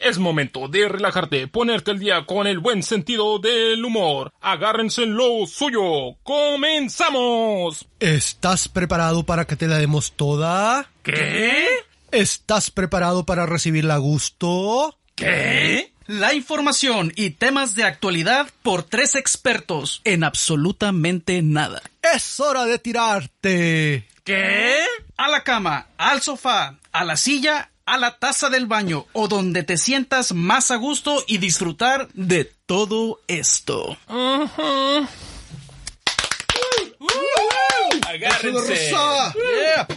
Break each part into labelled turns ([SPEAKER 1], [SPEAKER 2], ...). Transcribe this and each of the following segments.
[SPEAKER 1] Es momento de relajarte, ponerte al día con el buen sentido del humor. Agárrense en lo suyo. ¡Comenzamos!
[SPEAKER 2] ¿Estás preparado para que te la demos toda?
[SPEAKER 1] ¿Qué?
[SPEAKER 2] ¿Estás preparado para recibirla a gusto?
[SPEAKER 1] ¿Qué?
[SPEAKER 3] La información y temas de actualidad por tres expertos en absolutamente nada.
[SPEAKER 2] ¡Es hora de tirarte!
[SPEAKER 1] ¿Qué?
[SPEAKER 3] A la cama, al sofá, a la silla, a la taza del baño o donde te sientas más a gusto y disfrutar de todo esto.
[SPEAKER 1] Agárrense.
[SPEAKER 2] ¡Rosa!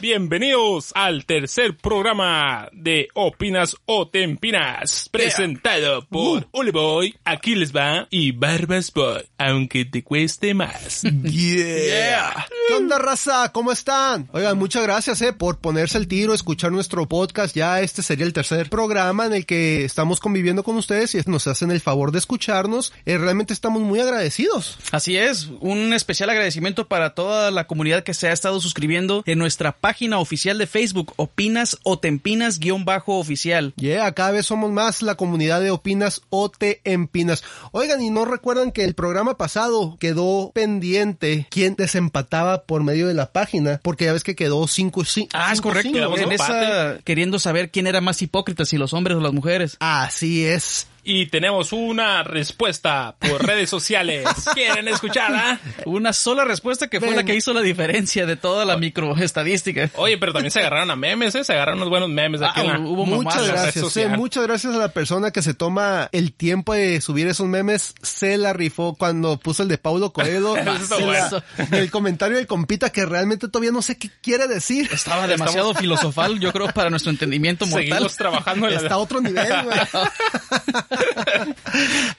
[SPEAKER 1] Bienvenidos al tercer programa de Opinas o Te Empinas, presentado
[SPEAKER 3] Uh.
[SPEAKER 1] por Uleboy, Aquiles Va y Barbas Boy, aunque te cueste más.
[SPEAKER 2] Yeah. ¿Qué onda, raza? ¿Cómo están? Oigan, muchas gracias, eh, por ponerse el tiro, escuchar nuestro podcast. Ya este sería el tercer programa en el que estamos conviviendo con ustedes y nos hacen el favor de escucharnos. Eh, realmente estamos muy agradecidos.
[SPEAKER 3] Así es, un especial agradecimiento para toda la comunidad que se ha estado suscribiendo en nuestra página oficial de Facebook, opinas o tempinas guión bajo oficial.
[SPEAKER 2] Yeah, cada vez somos más la comunidad de Opinas o Te Empinas. Oigan, y no recuerdan que el programa pasado quedó pendiente quien desempataba por medio de la página, porque ya ves que quedó 5 5.
[SPEAKER 3] Ah, es correcto.
[SPEAKER 1] quedamos
[SPEAKER 3] En
[SPEAKER 1] en
[SPEAKER 3] esa, queriendo saber quién era más hipócrita, si los hombres o las mujeres.
[SPEAKER 2] Así es.
[SPEAKER 1] Y tenemos una respuesta por redes sociales. ¿Quieren escucharla?
[SPEAKER 3] Una sola respuesta que fue
[SPEAKER 2] Ven.
[SPEAKER 3] la que hizo la diferencia de toda la microestadística.
[SPEAKER 1] Oye, pero también se agarraron a memes, ¿eh? Se agarraron unos buenos memes aquí
[SPEAKER 3] Ah,
[SPEAKER 1] en la-
[SPEAKER 3] hubo
[SPEAKER 2] Muchas
[SPEAKER 3] mamadas en la
[SPEAKER 1] red
[SPEAKER 2] gracias, eh,
[SPEAKER 1] social.
[SPEAKER 2] muchas gracias a la persona que se toma el tiempo de subir esos memes. Se la rifó cuando puso el de Paulo Coelho.
[SPEAKER 1] Eso está
[SPEAKER 2] Se la-
[SPEAKER 3] bueno.
[SPEAKER 2] el comentario del compita que realmente todavía no sé qué quiere decir.
[SPEAKER 3] Estaba demasiado filosofal, yo creo, para nuestro entendimiento mortal.
[SPEAKER 1] Seguimos trabajando en la...
[SPEAKER 2] Está a otro nivel, güey.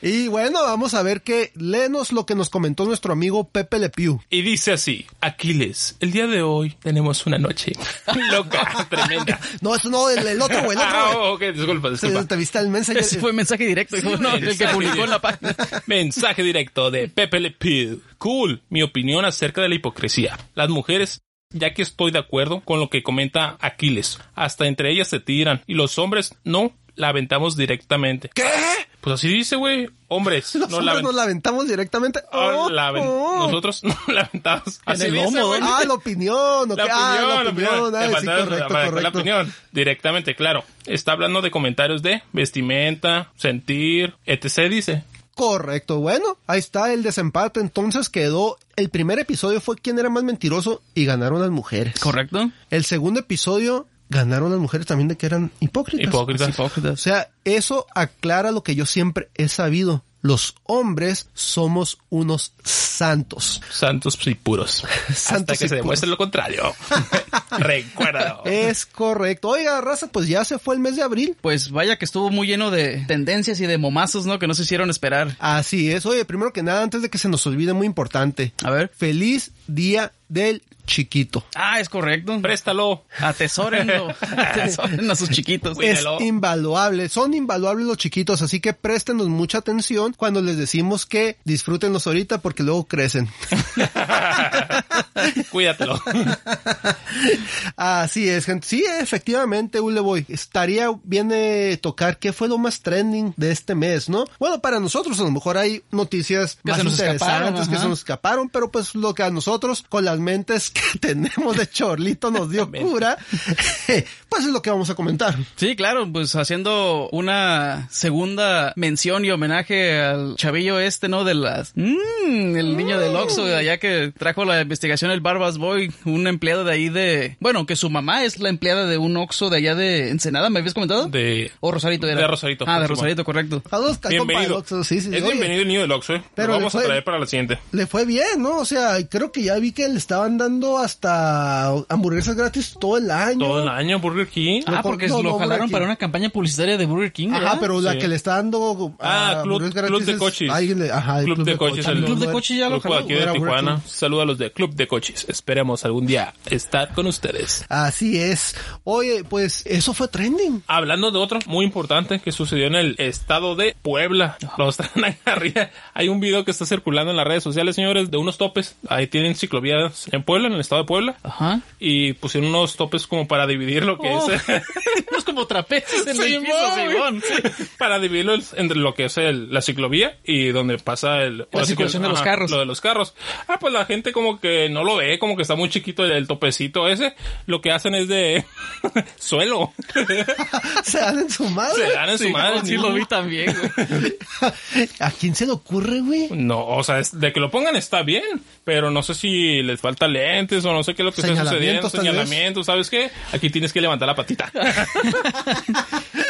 [SPEAKER 2] y bueno, vamos a ver que léenos lo que nos comentó nuestro amigo Pepe Lepiu.
[SPEAKER 1] Y dice así, Aquiles, el día de hoy tenemos una noche loca, tremenda.
[SPEAKER 2] No, eso no, el, el otro, güey, el
[SPEAKER 1] Ah,
[SPEAKER 2] otro, güey.
[SPEAKER 1] ok, disculpa, disculpa.
[SPEAKER 2] Se- Te viste el mensaje.
[SPEAKER 3] Ese fue mensaje directo, hijo, no, el que publicó en la página.
[SPEAKER 1] Mensaje directo de Pepe Le Pew. Cool, mi opinión acerca de la hipocresía. Las mujeres, ya que estoy de acuerdo con lo que comenta Aquiles, hasta entre ellas se tiran y los hombres no la aventamos directamente. ¿Qué? Pues así dice, güey. Hombres,
[SPEAKER 2] Los
[SPEAKER 1] no
[SPEAKER 2] hombres
[SPEAKER 1] la aventamos.
[SPEAKER 2] nos la aventamos directamente. Oh, oh.
[SPEAKER 1] Nosotros no la aventamos. Así
[SPEAKER 3] el
[SPEAKER 1] dice,
[SPEAKER 3] lomo,
[SPEAKER 1] güey.
[SPEAKER 2] Ah, la opinión. ok.
[SPEAKER 1] La
[SPEAKER 2] ah,
[SPEAKER 1] opinión, la opinión.
[SPEAKER 2] ah,
[SPEAKER 1] Te
[SPEAKER 2] sí,
[SPEAKER 1] faltaron-
[SPEAKER 2] correcto,
[SPEAKER 1] faltó La
[SPEAKER 2] correcto.
[SPEAKER 1] opinión, directamente, claro. Está hablando de comentarios de vestimenta, sentir, etc. Dice.
[SPEAKER 2] Correcto, bueno, ahí está el desempate. Entonces quedó, el primer episodio fue quién era más mentiroso y ganaron las mujeres.
[SPEAKER 3] ¿Correcto?
[SPEAKER 2] El segundo episodio ganaron las mujeres también de que eran hipócritas.
[SPEAKER 1] Hipócritas.
[SPEAKER 2] O sea, eso aclara lo que yo siempre he sabido. Los hombres somos unos santos.
[SPEAKER 1] Santos y puros. Hasta
[SPEAKER 2] Santos
[SPEAKER 1] que
[SPEAKER 2] y Eh.
[SPEAKER 1] se demuestre lo contrario. Recuerdo.
[SPEAKER 2] Es correcto. Oiga, raza, pues ya se fue el mes de abril.
[SPEAKER 3] Pues vaya que estuvo muy lleno de tendencias y de momazos, ¿no? Que no se hicieron esperar.
[SPEAKER 2] Así es. Oye, primero que nada, antes de que se nos olvide, muy importante.
[SPEAKER 3] A ver.
[SPEAKER 2] Feliz día del chiquito.
[SPEAKER 3] Ah, es correcto.
[SPEAKER 1] Préstalo.
[SPEAKER 3] Atesórenlo. Atesórenlo a sus chiquitos.
[SPEAKER 1] Güey.
[SPEAKER 2] Es
[SPEAKER 1] Cuídalo.
[SPEAKER 2] invaluable, son invaluables los chiquitos, así que préstenos mucha atención cuando les decimos que disfrútenlos ahorita porque luego crecen.
[SPEAKER 1] Cuídatelo.
[SPEAKER 2] Así es, gente. Sí, efectivamente, Uleboy. Estaría bien eh, tocar qué fue lo más trending de este mes, ¿no? Bueno, para nosotros a lo mejor hay noticias
[SPEAKER 3] Que
[SPEAKER 2] más
[SPEAKER 3] se nos escaparon,
[SPEAKER 2] interesantes que
[SPEAKER 3] ajá.
[SPEAKER 2] se nos escaparon, pero pues lo que a nosotros con las mentes que tenemos de chorlito nos dio cura, pues es lo que vamos a comentar.
[SPEAKER 3] Sí, claro, pues haciendo una segunda mención y homenaje al chavillo este, ¿no? De las... Mm, el niño del Oxxo, de allá que trajo la investigación el Barbas Boy, un empleado de ahí de... Bueno, que su mamá es la empleada de un Oxxo de allá de Ensenada, ¿me habías comentado?
[SPEAKER 1] De-
[SPEAKER 3] O Rosarito era.
[SPEAKER 1] de Rosarito,
[SPEAKER 3] Ah, de
[SPEAKER 1] por
[SPEAKER 3] Rosarito, correcto.
[SPEAKER 2] Saludos, al compa del
[SPEAKER 1] bienvenido.
[SPEAKER 2] Oxxo. Sí, sí,
[SPEAKER 1] es
[SPEAKER 2] oye.
[SPEAKER 1] bienvenido el niño del Oxxo, eh.
[SPEAKER 2] Pero
[SPEAKER 1] Lo
[SPEAKER 2] le
[SPEAKER 1] vamos a
[SPEAKER 2] fue-
[SPEAKER 1] traer para la siguiente.
[SPEAKER 2] le fue bien, ¿no? O sea, creo que ya vi que le estaban dando hasta hamburguesas gratis todo el año.
[SPEAKER 1] Todo el año, Burger King.
[SPEAKER 3] Ah, porque
[SPEAKER 2] No,
[SPEAKER 3] lo
[SPEAKER 2] no,
[SPEAKER 3] jalaron
[SPEAKER 2] Burger
[SPEAKER 3] para
[SPEAKER 2] King.
[SPEAKER 3] una campaña publicitaria de Burger King, ¿verdad?
[SPEAKER 2] Ajá, pero la
[SPEAKER 1] Sí.
[SPEAKER 2] que le está dando
[SPEAKER 1] Ah,
[SPEAKER 2] ah,
[SPEAKER 1] Club-
[SPEAKER 2] hamburguesas
[SPEAKER 1] Club de
[SPEAKER 2] es-
[SPEAKER 1] coches.
[SPEAKER 2] alguien le- ajá, el
[SPEAKER 1] Club, de coches.
[SPEAKER 3] el-
[SPEAKER 1] saludos.
[SPEAKER 3] Club de coches ya lo
[SPEAKER 1] Grupo
[SPEAKER 3] jaló,
[SPEAKER 1] aquí de
[SPEAKER 2] era Burger
[SPEAKER 1] Tijuana.
[SPEAKER 2] King.
[SPEAKER 1] Saludos a los de Club de Coches. Esperemos algún día estar con ustedes.
[SPEAKER 2] Así es. Oye, pues eso fue trending.
[SPEAKER 1] Hablando de otro muy importante que sucedió en el estado de Puebla. Los traen ahí arriba. Hay un video que está circulando en las redes sociales, señores, de unos topes. Ahí tienen ciclovía Puebla, en Puebla, en el estado de Puebla,
[SPEAKER 3] Ajá.
[SPEAKER 1] y pusieron unos topes como para dividir lo que
[SPEAKER 3] Oh.
[SPEAKER 1] es
[SPEAKER 3] No es como trapeces en el
[SPEAKER 1] Simón,
[SPEAKER 3] piso,
[SPEAKER 1] güey.
[SPEAKER 3] Simón. Sí.
[SPEAKER 1] para dividirlo el- entre lo que es el- la ciclovía y donde pasa el, ahora sí que-
[SPEAKER 3] circulación de los carros.
[SPEAKER 1] Lo de los carros. Ah, pues la gente como que no lo ve, como que está muy chiquito el, el topecito ese. Lo que hacen es de suelo.
[SPEAKER 2] Se dan en su
[SPEAKER 1] Se
[SPEAKER 2] madre.
[SPEAKER 1] dan en su
[SPEAKER 3] Sí,
[SPEAKER 1] madre.
[SPEAKER 3] sí lo vi también, güey.
[SPEAKER 2] ¿A quién se le ocurre, güey?
[SPEAKER 1] No, o sea, es- de que lo pongan está bien, pero no sé si les falta lentes o no sé qué es lo que está sucediendo,
[SPEAKER 2] Señalamientos, tal vez.
[SPEAKER 1] señalamientos, ¿sabes qué? Aquí tienes que levantar la patita.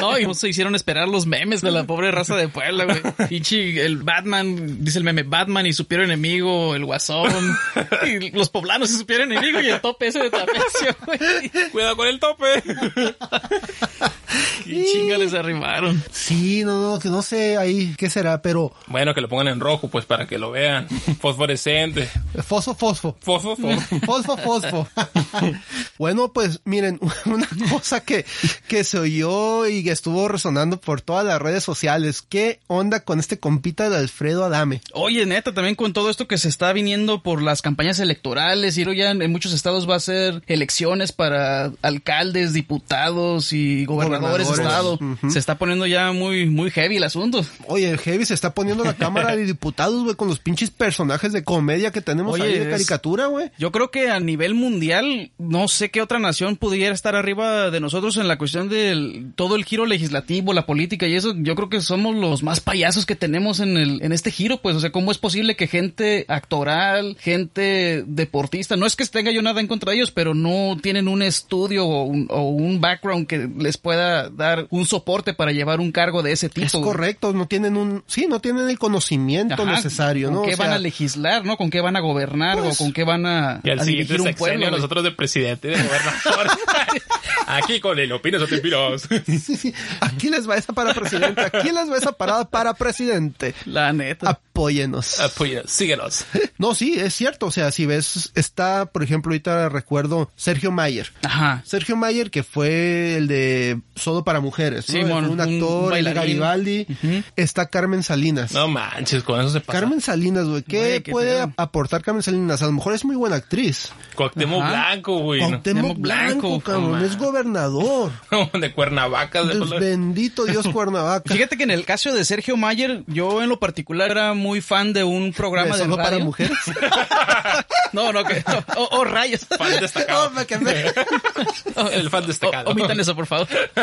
[SPEAKER 3] No, y no se hicieron esperar los memes de la pobre raza de Puebla, güey. Pinche, el Batman, dice el meme Batman y su peor enemigo, el Guasón. Y los poblanos y su peor enemigo y el tope ese de trapecio, güey.
[SPEAKER 1] Cuidado con el tope.
[SPEAKER 3] Y chinga les arrimaron.
[SPEAKER 2] Sí, no, no, que no sé ahí qué será, pero
[SPEAKER 1] Bueno, que lo pongan en rojo, pues para que lo vean. Fosforescente.
[SPEAKER 2] fosfo, fosfo.
[SPEAKER 1] Fosfo, fosfo.
[SPEAKER 2] Fosfo, fosfo. bueno, pues miren, una cosa que, que se oyó y que estuvo resonando por todas las redes sociales. ¿Qué onda con este compita de Alfredo Adame?
[SPEAKER 3] Oye, neta, también con todo esto que se está viniendo por las campañas electorales, y luego ya en, en muchos estados va a ser elecciones para alcaldes, diputados y gobernadores, de estado.
[SPEAKER 2] Gobernadores, ujú.
[SPEAKER 3] Se está poniendo ya muy, muy heavy el asunto.
[SPEAKER 2] Oye, el Heavy se está poniendo la cámara de diputados, güey, con los pinches personajes de comedia que tenemos
[SPEAKER 3] Oye,
[SPEAKER 2] ahí de
[SPEAKER 3] es-
[SPEAKER 2] caricatura, güey.
[SPEAKER 3] Yo creo que a nivel mundial, no sé qué otra nación pudiera estar arriba de nosotros en la cuestión del todo el giro legislativo, la política y eso. Yo creo que somos los más payasos que tenemos en el en este giro, pues. O sea, ¿cómo es posible que gente actoral, gente deportista, no es que tenga yo nada en contra de ellos, pero no tienen un estudio o un, o un background que les pueda dar un soporte para llevar un cargo de ese tipo?
[SPEAKER 2] Es
[SPEAKER 3] güey?
[SPEAKER 2] correcto, no tienen un, sí, no tienen el conocimiento
[SPEAKER 3] Ajá,
[SPEAKER 2] necesario, ¿no?
[SPEAKER 3] ¿Con
[SPEAKER 2] O
[SPEAKER 3] qué
[SPEAKER 2] sea,
[SPEAKER 3] van a legislar, no? ¿Con qué van a gobernar
[SPEAKER 2] Pues-
[SPEAKER 3] o con qué van a,
[SPEAKER 1] Y al
[SPEAKER 3] a
[SPEAKER 1] siguiente
[SPEAKER 3] dirigir un
[SPEAKER 1] sexenio
[SPEAKER 3] pueblo? güey?
[SPEAKER 1] nosotros de presidente y de gobernador. Aquí con el opinas o te piros.
[SPEAKER 2] sí, sí, aquí les va esa para presidente, aquí les va esa parada para presidente.
[SPEAKER 3] La neta.
[SPEAKER 2] Apóyenos.
[SPEAKER 1] Apoya, síguenos.
[SPEAKER 2] No, sí, es cierto. O sea, si ves, está, por ejemplo, ahorita recuerdo Sergio Mayer.
[SPEAKER 3] Ajá.
[SPEAKER 2] Sergio Mayer, que fue el de Solo para Mujeres, ¿no?
[SPEAKER 3] Sí, mon,
[SPEAKER 2] Fue un
[SPEAKER 3] un
[SPEAKER 2] actor, el de
[SPEAKER 3] bailarín.
[SPEAKER 2] Garibaldi. Está Carmen Salinas.
[SPEAKER 1] No manches, con eso se pasa.
[SPEAKER 2] Carmen Salinas, güey. ¿Qué
[SPEAKER 3] Güey, qué
[SPEAKER 2] puede
[SPEAKER 3] pedo.
[SPEAKER 2] a- aportar Carmen Salinas? A lo mejor es muy buena actriz.
[SPEAKER 1] Cuauhtémoc
[SPEAKER 3] Ajá.
[SPEAKER 1] Blanco, güey. ¿no?
[SPEAKER 2] Cuauhtémoc
[SPEAKER 3] Cuauhtémoc
[SPEAKER 2] Blanco,
[SPEAKER 3] Blanco,
[SPEAKER 2] cabrón.
[SPEAKER 3] no
[SPEAKER 2] Es gobernador.
[SPEAKER 1] de Cuernavaca. De
[SPEAKER 2] Dios, Bendito Dios Cuernavaca.
[SPEAKER 3] Fíjate que en el caso de Sergio Mayer, yo en lo particular era muy fan de un programa
[SPEAKER 2] ¿De
[SPEAKER 3] de
[SPEAKER 2] solo
[SPEAKER 3] radio.
[SPEAKER 2] para mujeres.
[SPEAKER 3] No, no, que, oh, oh, rayos.
[SPEAKER 1] Fan destacado.
[SPEAKER 2] No, me quemé.
[SPEAKER 1] El fan destacado.
[SPEAKER 3] Oh, omitan eso, por favor.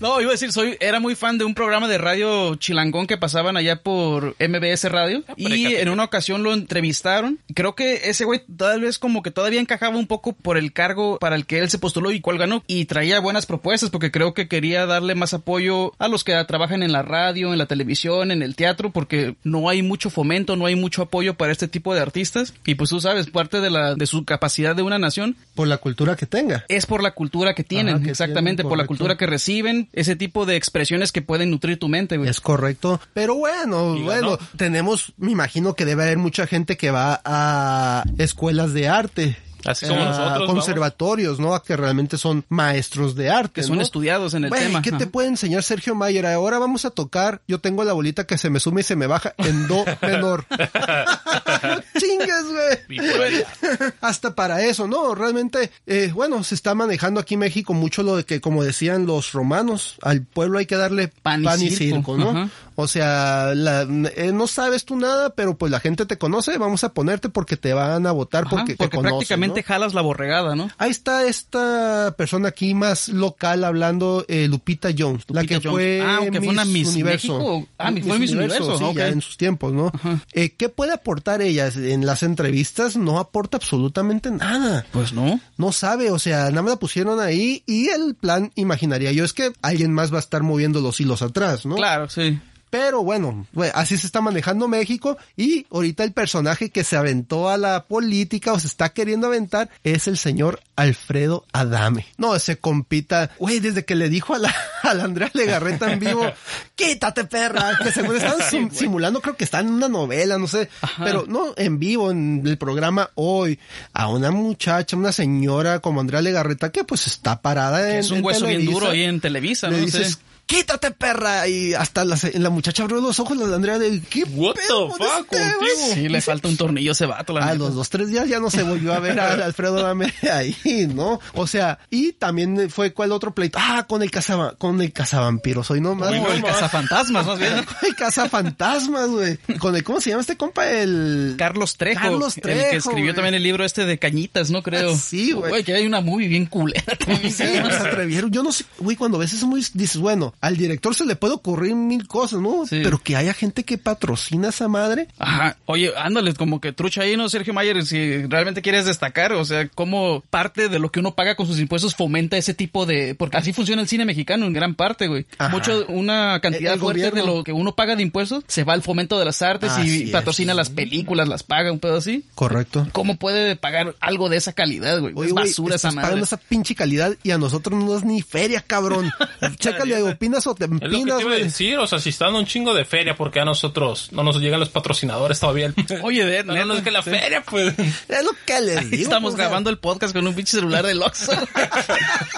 [SPEAKER 3] No, iba a decir, soy, era muy fan de un programa de radio chilangón que pasaban allá por MBS Radio. Y
[SPEAKER 1] pareja.
[SPEAKER 3] en una ocasión lo entrevistaron. Creo que ese güey tal vez como que todavía encajaba un poco por el cargo para el que él se postuló y cuál ganó. Y traía buenas propuestas porque creo que quería darle más apoyo a los que trabajan en la radio, en la televisión, en el teatro, porque no hay mucho fomento, no hay mucho apoyo para este tipo de artistas. Y pues tú sabes, parte de, la, de su capacidad de una nación
[SPEAKER 2] Por la cultura que tenga.
[SPEAKER 3] es por la cultura que tienen,
[SPEAKER 2] Ajá, que
[SPEAKER 3] exactamente,
[SPEAKER 2] tienen,
[SPEAKER 3] por la
[SPEAKER 2] correcto.
[SPEAKER 3] cultura que reciben, ese tipo de expresiones que pueden nutrir tu mente, güey.
[SPEAKER 2] Es correcto. Pero bueno,
[SPEAKER 1] Y ganó.
[SPEAKER 2] bueno, tenemos, me imagino que debe haber mucha gente que va a escuelas de arte.
[SPEAKER 1] Así como
[SPEAKER 2] a
[SPEAKER 1] nosotros,
[SPEAKER 2] Conservatorios, ¿no? A que realmente son maestros de arte.
[SPEAKER 3] Que son
[SPEAKER 2] ¿no?
[SPEAKER 3] estudiados en el
[SPEAKER 2] Güey,
[SPEAKER 3] tema.
[SPEAKER 2] ¿Qué te
[SPEAKER 3] Ajá.
[SPEAKER 2] puede enseñar Sergio Mayer? Ahora vamos a tocar. Yo tengo la bolita que se me suma y se me baja en do menor. no chingues, güey.
[SPEAKER 1] Bipolar.
[SPEAKER 2] Hasta para eso, ¿no? Realmente, eh, bueno, se está manejando aquí en México mucho lo de que, como decían los romanos, al pueblo hay que darle pan y, circo, ¿no?
[SPEAKER 3] Ajá.
[SPEAKER 2] O sea, la- eh, no sabes tú nada, pero pues la gente te conoce, vamos a ponerte porque te van a votar
[SPEAKER 3] Ajá,
[SPEAKER 2] porque,
[SPEAKER 3] porque
[SPEAKER 2] te conocen,
[SPEAKER 3] prácticamente
[SPEAKER 2] ¿no?
[SPEAKER 3] jalas la borregada, ¿no?
[SPEAKER 2] Ahí está esta persona aquí más local hablando, eh, Lupita Jones, la que
[SPEAKER 3] Lupita Jones.
[SPEAKER 2] fue,
[SPEAKER 3] Ah, que fue una Miss México. Ah, fue Miss Universo,
[SPEAKER 2] sí,
[SPEAKER 3] ok.
[SPEAKER 2] ya en sus tiempos, ¿no? Eh, ¿Qué puede aportar ella? En las entrevistas no aporta absolutamente nada
[SPEAKER 3] Pues no.
[SPEAKER 2] no sabe, o sea, nada más la pusieron ahí y el plan, imaginaría yo, es que alguien más va a estar moviendo los hilos atrás, ¿no?
[SPEAKER 3] Claro, sí.
[SPEAKER 2] Pero bueno, güey, así se está manejando México y ahorita el personaje que se aventó a la política o se está queriendo aventar es el señor Alfredo Adame. No, ese compita, güey, desde que le dijo a la, a la Andrea Legarreta en vivo, quítate perra, que según están sim- simulando, creo que está en una novela, no sé, pero no, en vivo, en el programa hoy, a una muchacha, una señora como Andrea Legarreta, que pues está parada en
[SPEAKER 3] es un
[SPEAKER 2] en
[SPEAKER 3] hueso bien
[SPEAKER 2] Televisa.
[SPEAKER 3] duro ahí en Televisa,
[SPEAKER 2] Le
[SPEAKER 3] ¿no?
[SPEAKER 2] dices,
[SPEAKER 3] Sí.
[SPEAKER 2] quítate, perra. Y hasta la, se- la muchacha abrió los ojos, la de Andrea, de ¿qué
[SPEAKER 1] What the
[SPEAKER 2] pedo con
[SPEAKER 1] fuck
[SPEAKER 2] este, güey?"
[SPEAKER 1] contigo?
[SPEAKER 3] Sí, le falta un tornillo a ese vato, la
[SPEAKER 2] A
[SPEAKER 3] neta.
[SPEAKER 2] los dos, tres días ya no se volvió a ver a Alfredo Dame ahí, ¿no? O sea, y también fue cuál otro pleito. Ah, con el cazaba, con el cazavampiros. Hoy no más.
[SPEAKER 1] Uy,
[SPEAKER 3] O el
[SPEAKER 1] no,
[SPEAKER 3] cazafantasmas, más bien.
[SPEAKER 2] Con el cazafantasmas, güey. Con el, ¿cómo se llama este compa? El...
[SPEAKER 3] Carlos Trejo,
[SPEAKER 2] Carlos
[SPEAKER 3] el
[SPEAKER 2] Trejo,
[SPEAKER 3] que escribió
[SPEAKER 2] güey. Ah,
[SPEAKER 3] también el libro este de Cañitas, ¿no? Creo.
[SPEAKER 2] Sí, güey.
[SPEAKER 3] que hay una movie bien culera. también.
[SPEAKER 2] Sí, no se atrevieron. Yo no sé, güey, cuando ves eso muy, dices, bueno, al director se le puede ocurrir mil cosas, ¿no?
[SPEAKER 3] Sí.
[SPEAKER 2] Pero que haya gente que patrocina esa madre.
[SPEAKER 3] Ajá. Oye, ándale, como que trucha ahí, ¿no, Sergio Mayer? Si realmente quieres destacar, o sea, cómo parte de lo que uno paga con sus impuestos fomenta ese tipo de... Porque así funciona el cine mexicano en gran parte, güey.
[SPEAKER 2] Ajá.
[SPEAKER 3] Mucho, una cantidad
[SPEAKER 2] El- el
[SPEAKER 3] fuerte
[SPEAKER 2] gobierno.
[SPEAKER 3] de lo que uno paga de impuestos se va al fomento de las artes
[SPEAKER 2] Así
[SPEAKER 3] y
[SPEAKER 2] es.
[SPEAKER 3] patrocina las películas, las paga, un pedo así.
[SPEAKER 2] Correcto.
[SPEAKER 3] ¿Cómo puede pagar algo de esa calidad, güey?
[SPEAKER 2] Oye,
[SPEAKER 3] Pues es
[SPEAKER 2] güey,
[SPEAKER 3] basura esa
[SPEAKER 2] estás
[SPEAKER 3] madre.
[SPEAKER 2] pagando esa pinche calidad y a nosotros no nos das ni feria, cabrón. Chécale, opinas o te
[SPEAKER 1] Es lo que
[SPEAKER 2] empinas,
[SPEAKER 1] te iba a
[SPEAKER 2] güey.
[SPEAKER 1] decir, o sea, si están un chingo de feria, porque a nosotros no nos llegan los patrocinadores todavía.
[SPEAKER 3] Oye, de-
[SPEAKER 1] no,
[SPEAKER 3] neta,
[SPEAKER 1] no es que la
[SPEAKER 3] sí.
[SPEAKER 1] feria, pues.
[SPEAKER 2] Es lo que les digo.
[SPEAKER 3] Estamos
[SPEAKER 2] o sea.
[SPEAKER 3] grabando el podcast con un pinche celular del Oxxo.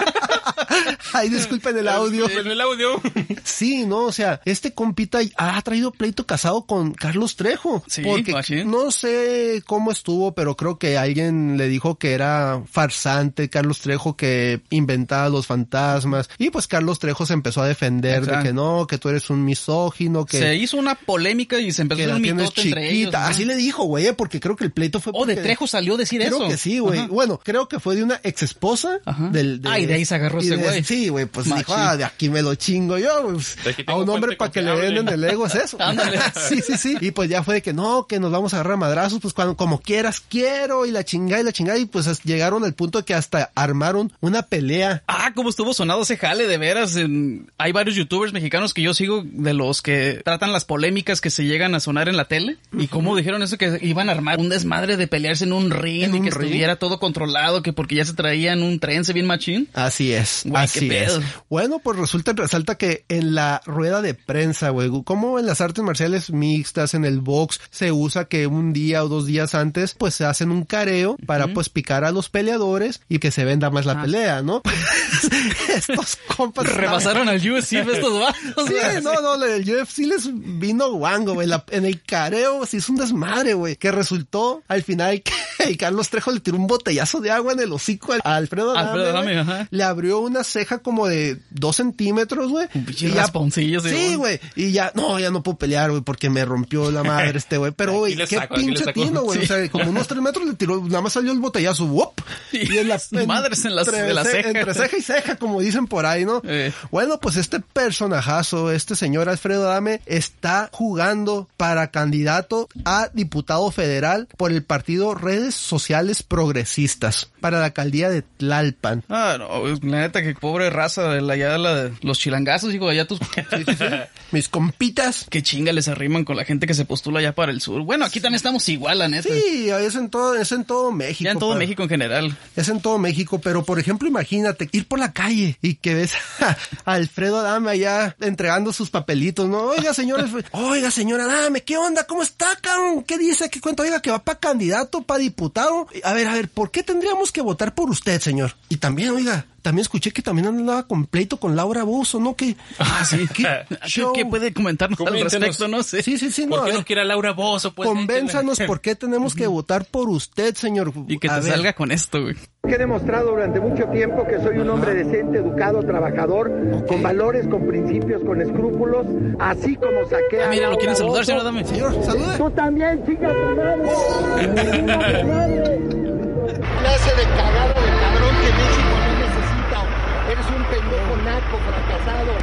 [SPEAKER 2] Ay, disculpen el audio.
[SPEAKER 1] En el audio.
[SPEAKER 2] Sí, no, o sea, este compita ha traído pleito casado con Carlos Trejo.
[SPEAKER 3] Sí,
[SPEAKER 2] porque
[SPEAKER 3] machín.
[SPEAKER 2] no sé cómo estuvo, pero creo que alguien le dijo que era farsante Carlos Trejo que inventaba los fantasmas. Y pues Carlos Trejo se empezó a defender
[SPEAKER 3] Exacto.
[SPEAKER 2] de que no, que tú eres un misógino, que...
[SPEAKER 3] Se hizo una polémica y se empezó a
[SPEAKER 2] que
[SPEAKER 3] hacer
[SPEAKER 2] la
[SPEAKER 3] un
[SPEAKER 2] tienes
[SPEAKER 3] mitote
[SPEAKER 2] chiquita.
[SPEAKER 3] entre ellos. ¿no?
[SPEAKER 2] Así le dijo, güey, eh, porque creo que el pleito fue.
[SPEAKER 3] Oh, de
[SPEAKER 2] porque-
[SPEAKER 3] Trejo salió a decir
[SPEAKER 2] Creo
[SPEAKER 3] eso.
[SPEAKER 2] que sí, güey.
[SPEAKER 3] Ajá.
[SPEAKER 2] Bueno, creo que fue de una ex esposa
[SPEAKER 3] Ajá.
[SPEAKER 2] del.
[SPEAKER 3] Ah, y de ahí se agarró
[SPEAKER 2] y
[SPEAKER 3] ese
[SPEAKER 2] de-
[SPEAKER 3] güey.
[SPEAKER 2] Sí, güey, pues dijo,
[SPEAKER 3] Machín.
[SPEAKER 2] ah, de aquí me lo chingo yo. güey.
[SPEAKER 1] De aquí
[SPEAKER 2] A
[SPEAKER 1] tengo
[SPEAKER 2] un
[SPEAKER 1] fuente
[SPEAKER 2] hombre para que le
[SPEAKER 1] confiable.
[SPEAKER 2] venden el ego es eso.
[SPEAKER 3] Ándale.
[SPEAKER 2] sí, sí, sí. Y pues ya fue de que no, que nos vamos a agarrar a madrazos, pues cuando, como quieras, quiero, y la chingada y la chingada. Y pues as- llegaron al punto de que hasta armaron una pelea.
[SPEAKER 3] Ah, cómo estuvo sonado ese jale, de veras. en- Hay varios youtubers mexicanos que yo sigo de los que tratan las polémicas que se llegan a sonar en la tele. Y cómo dijeron eso, que iban a armar un desmadre de pelearse en un ring
[SPEAKER 2] ¿En
[SPEAKER 3] y
[SPEAKER 2] un
[SPEAKER 3] que
[SPEAKER 2] ring?
[SPEAKER 3] estuviera todo controlado, que porque ya se traían un trense bien machín.
[SPEAKER 2] Así es,
[SPEAKER 3] Güey, qué
[SPEAKER 2] así es.
[SPEAKER 3] pedo.
[SPEAKER 2] Bueno, pues resulta, resalta que en la rueda de prensa, güey, como en las artes marciales mixtas, en el box, se usa que un día o dos días antes, pues se hacen un careo para pues picar a los peleadores y que se venda más
[SPEAKER 3] Ah.
[SPEAKER 2] la pelea, ¿no? Estos compas.
[SPEAKER 3] Rebasaron al UFC estos vatos.
[SPEAKER 2] Pues, Sí,
[SPEAKER 3] güey.
[SPEAKER 2] no, no, el UFC les vino guango, güey. La- En el careo se hizo un desmadre, güey. Que resultó al final que el Carlos Trejo le tiró un botellazo de agua en el hocico a Alfredo Adame.
[SPEAKER 3] Alfredo Adame,
[SPEAKER 2] güey.
[SPEAKER 3] ajá.
[SPEAKER 2] Le abrió una ceja como de dos centímetros, güey.
[SPEAKER 3] Un pinche
[SPEAKER 2] Y ya-
[SPEAKER 3] rasponcillo, sí,
[SPEAKER 2] Sí, güey.
[SPEAKER 3] güey.
[SPEAKER 2] Y ya, no, ya no puedo pelear, güey, porque me rompió la madre este, güey. Pero,
[SPEAKER 1] Aquí
[SPEAKER 2] güey,
[SPEAKER 1] le
[SPEAKER 2] qué
[SPEAKER 1] saco, aquí le
[SPEAKER 2] pinche
[SPEAKER 1] saco.
[SPEAKER 2] tino, güey.
[SPEAKER 1] Sí.
[SPEAKER 2] O sea, como unos tres metros le tiró, nada más salió el botellazo, ¡wop!
[SPEAKER 3] Y las madres en las-
[SPEAKER 2] entre
[SPEAKER 3] de la
[SPEAKER 2] ce-
[SPEAKER 3] ceja.
[SPEAKER 2] Entre ceja y ceja, como dicen por ahí, ¿no?
[SPEAKER 3] Eh.
[SPEAKER 2] Bueno, pues este personajazo, este señor Alfredo Adame, está jugando para candidato a diputado federal por el partido Redes Sociales Progresistas para la alcaldía de Tlalpan.
[SPEAKER 3] Ah, no, es- la neta que pobre raza de la, ya la de los chilangazos, digo, allá tus...
[SPEAKER 2] Mis compitas.
[SPEAKER 3] Qué chinga les arriman con la gente que se postula allá para el sur. Bueno, aquí también estamos igual, la neta.
[SPEAKER 2] Sí, es en todo, es en todo México.
[SPEAKER 3] ya en todo
[SPEAKER 2] pa-
[SPEAKER 3] México en general.
[SPEAKER 2] Es en todo México, pero por ejemplo, imagínate ir por la calle y que ves a Alfredo Adame allá entregando sus papelitos, ¿no? Oiga, señor Alfredo, oiga, señor Adame, ¿qué onda? ¿Cómo está, cabrón? ¿Qué dice? ¿Qué cuenta? Oiga, que va para candidato, para diputado. A ver, a ver, ¿por qué tendríamos que votar por usted, señor? Y también, oiga, también escuché que también andaba completo con Laura Bozo, ¿no? Que,
[SPEAKER 3] Ah, sí.
[SPEAKER 2] ¿Qué?
[SPEAKER 3] ¿Qué, qué puede comentarnos
[SPEAKER 1] Coméntenos.
[SPEAKER 3] al respecto? No sé.
[SPEAKER 2] Sí, sí, sí, no,
[SPEAKER 1] ¿Por
[SPEAKER 2] a
[SPEAKER 1] qué
[SPEAKER 2] ver.
[SPEAKER 1] no quiere a Laura Bozo? Pues,
[SPEAKER 2] eh. Convénzanos por qué tenemos que votar por usted, señor.
[SPEAKER 3] Y que
[SPEAKER 2] A
[SPEAKER 3] te
[SPEAKER 2] ver.
[SPEAKER 3] salga con esto, güey.
[SPEAKER 4] He demostrado durante mucho tiempo que soy un hombre decente, educado, trabajador, con valores, con principios, con escrúpulos, así como saqué a.
[SPEAKER 3] Ah, mira, lo
[SPEAKER 4] Laura
[SPEAKER 3] quieren saludar,
[SPEAKER 4] Bozo.
[SPEAKER 3] señor Adame.
[SPEAKER 2] Señor, saluda.
[SPEAKER 4] Tú también, chica tu madre. Chinga tu madre. Clase de cagado de cabrón que México no necesita. Eres un pendejo naco, fracasado,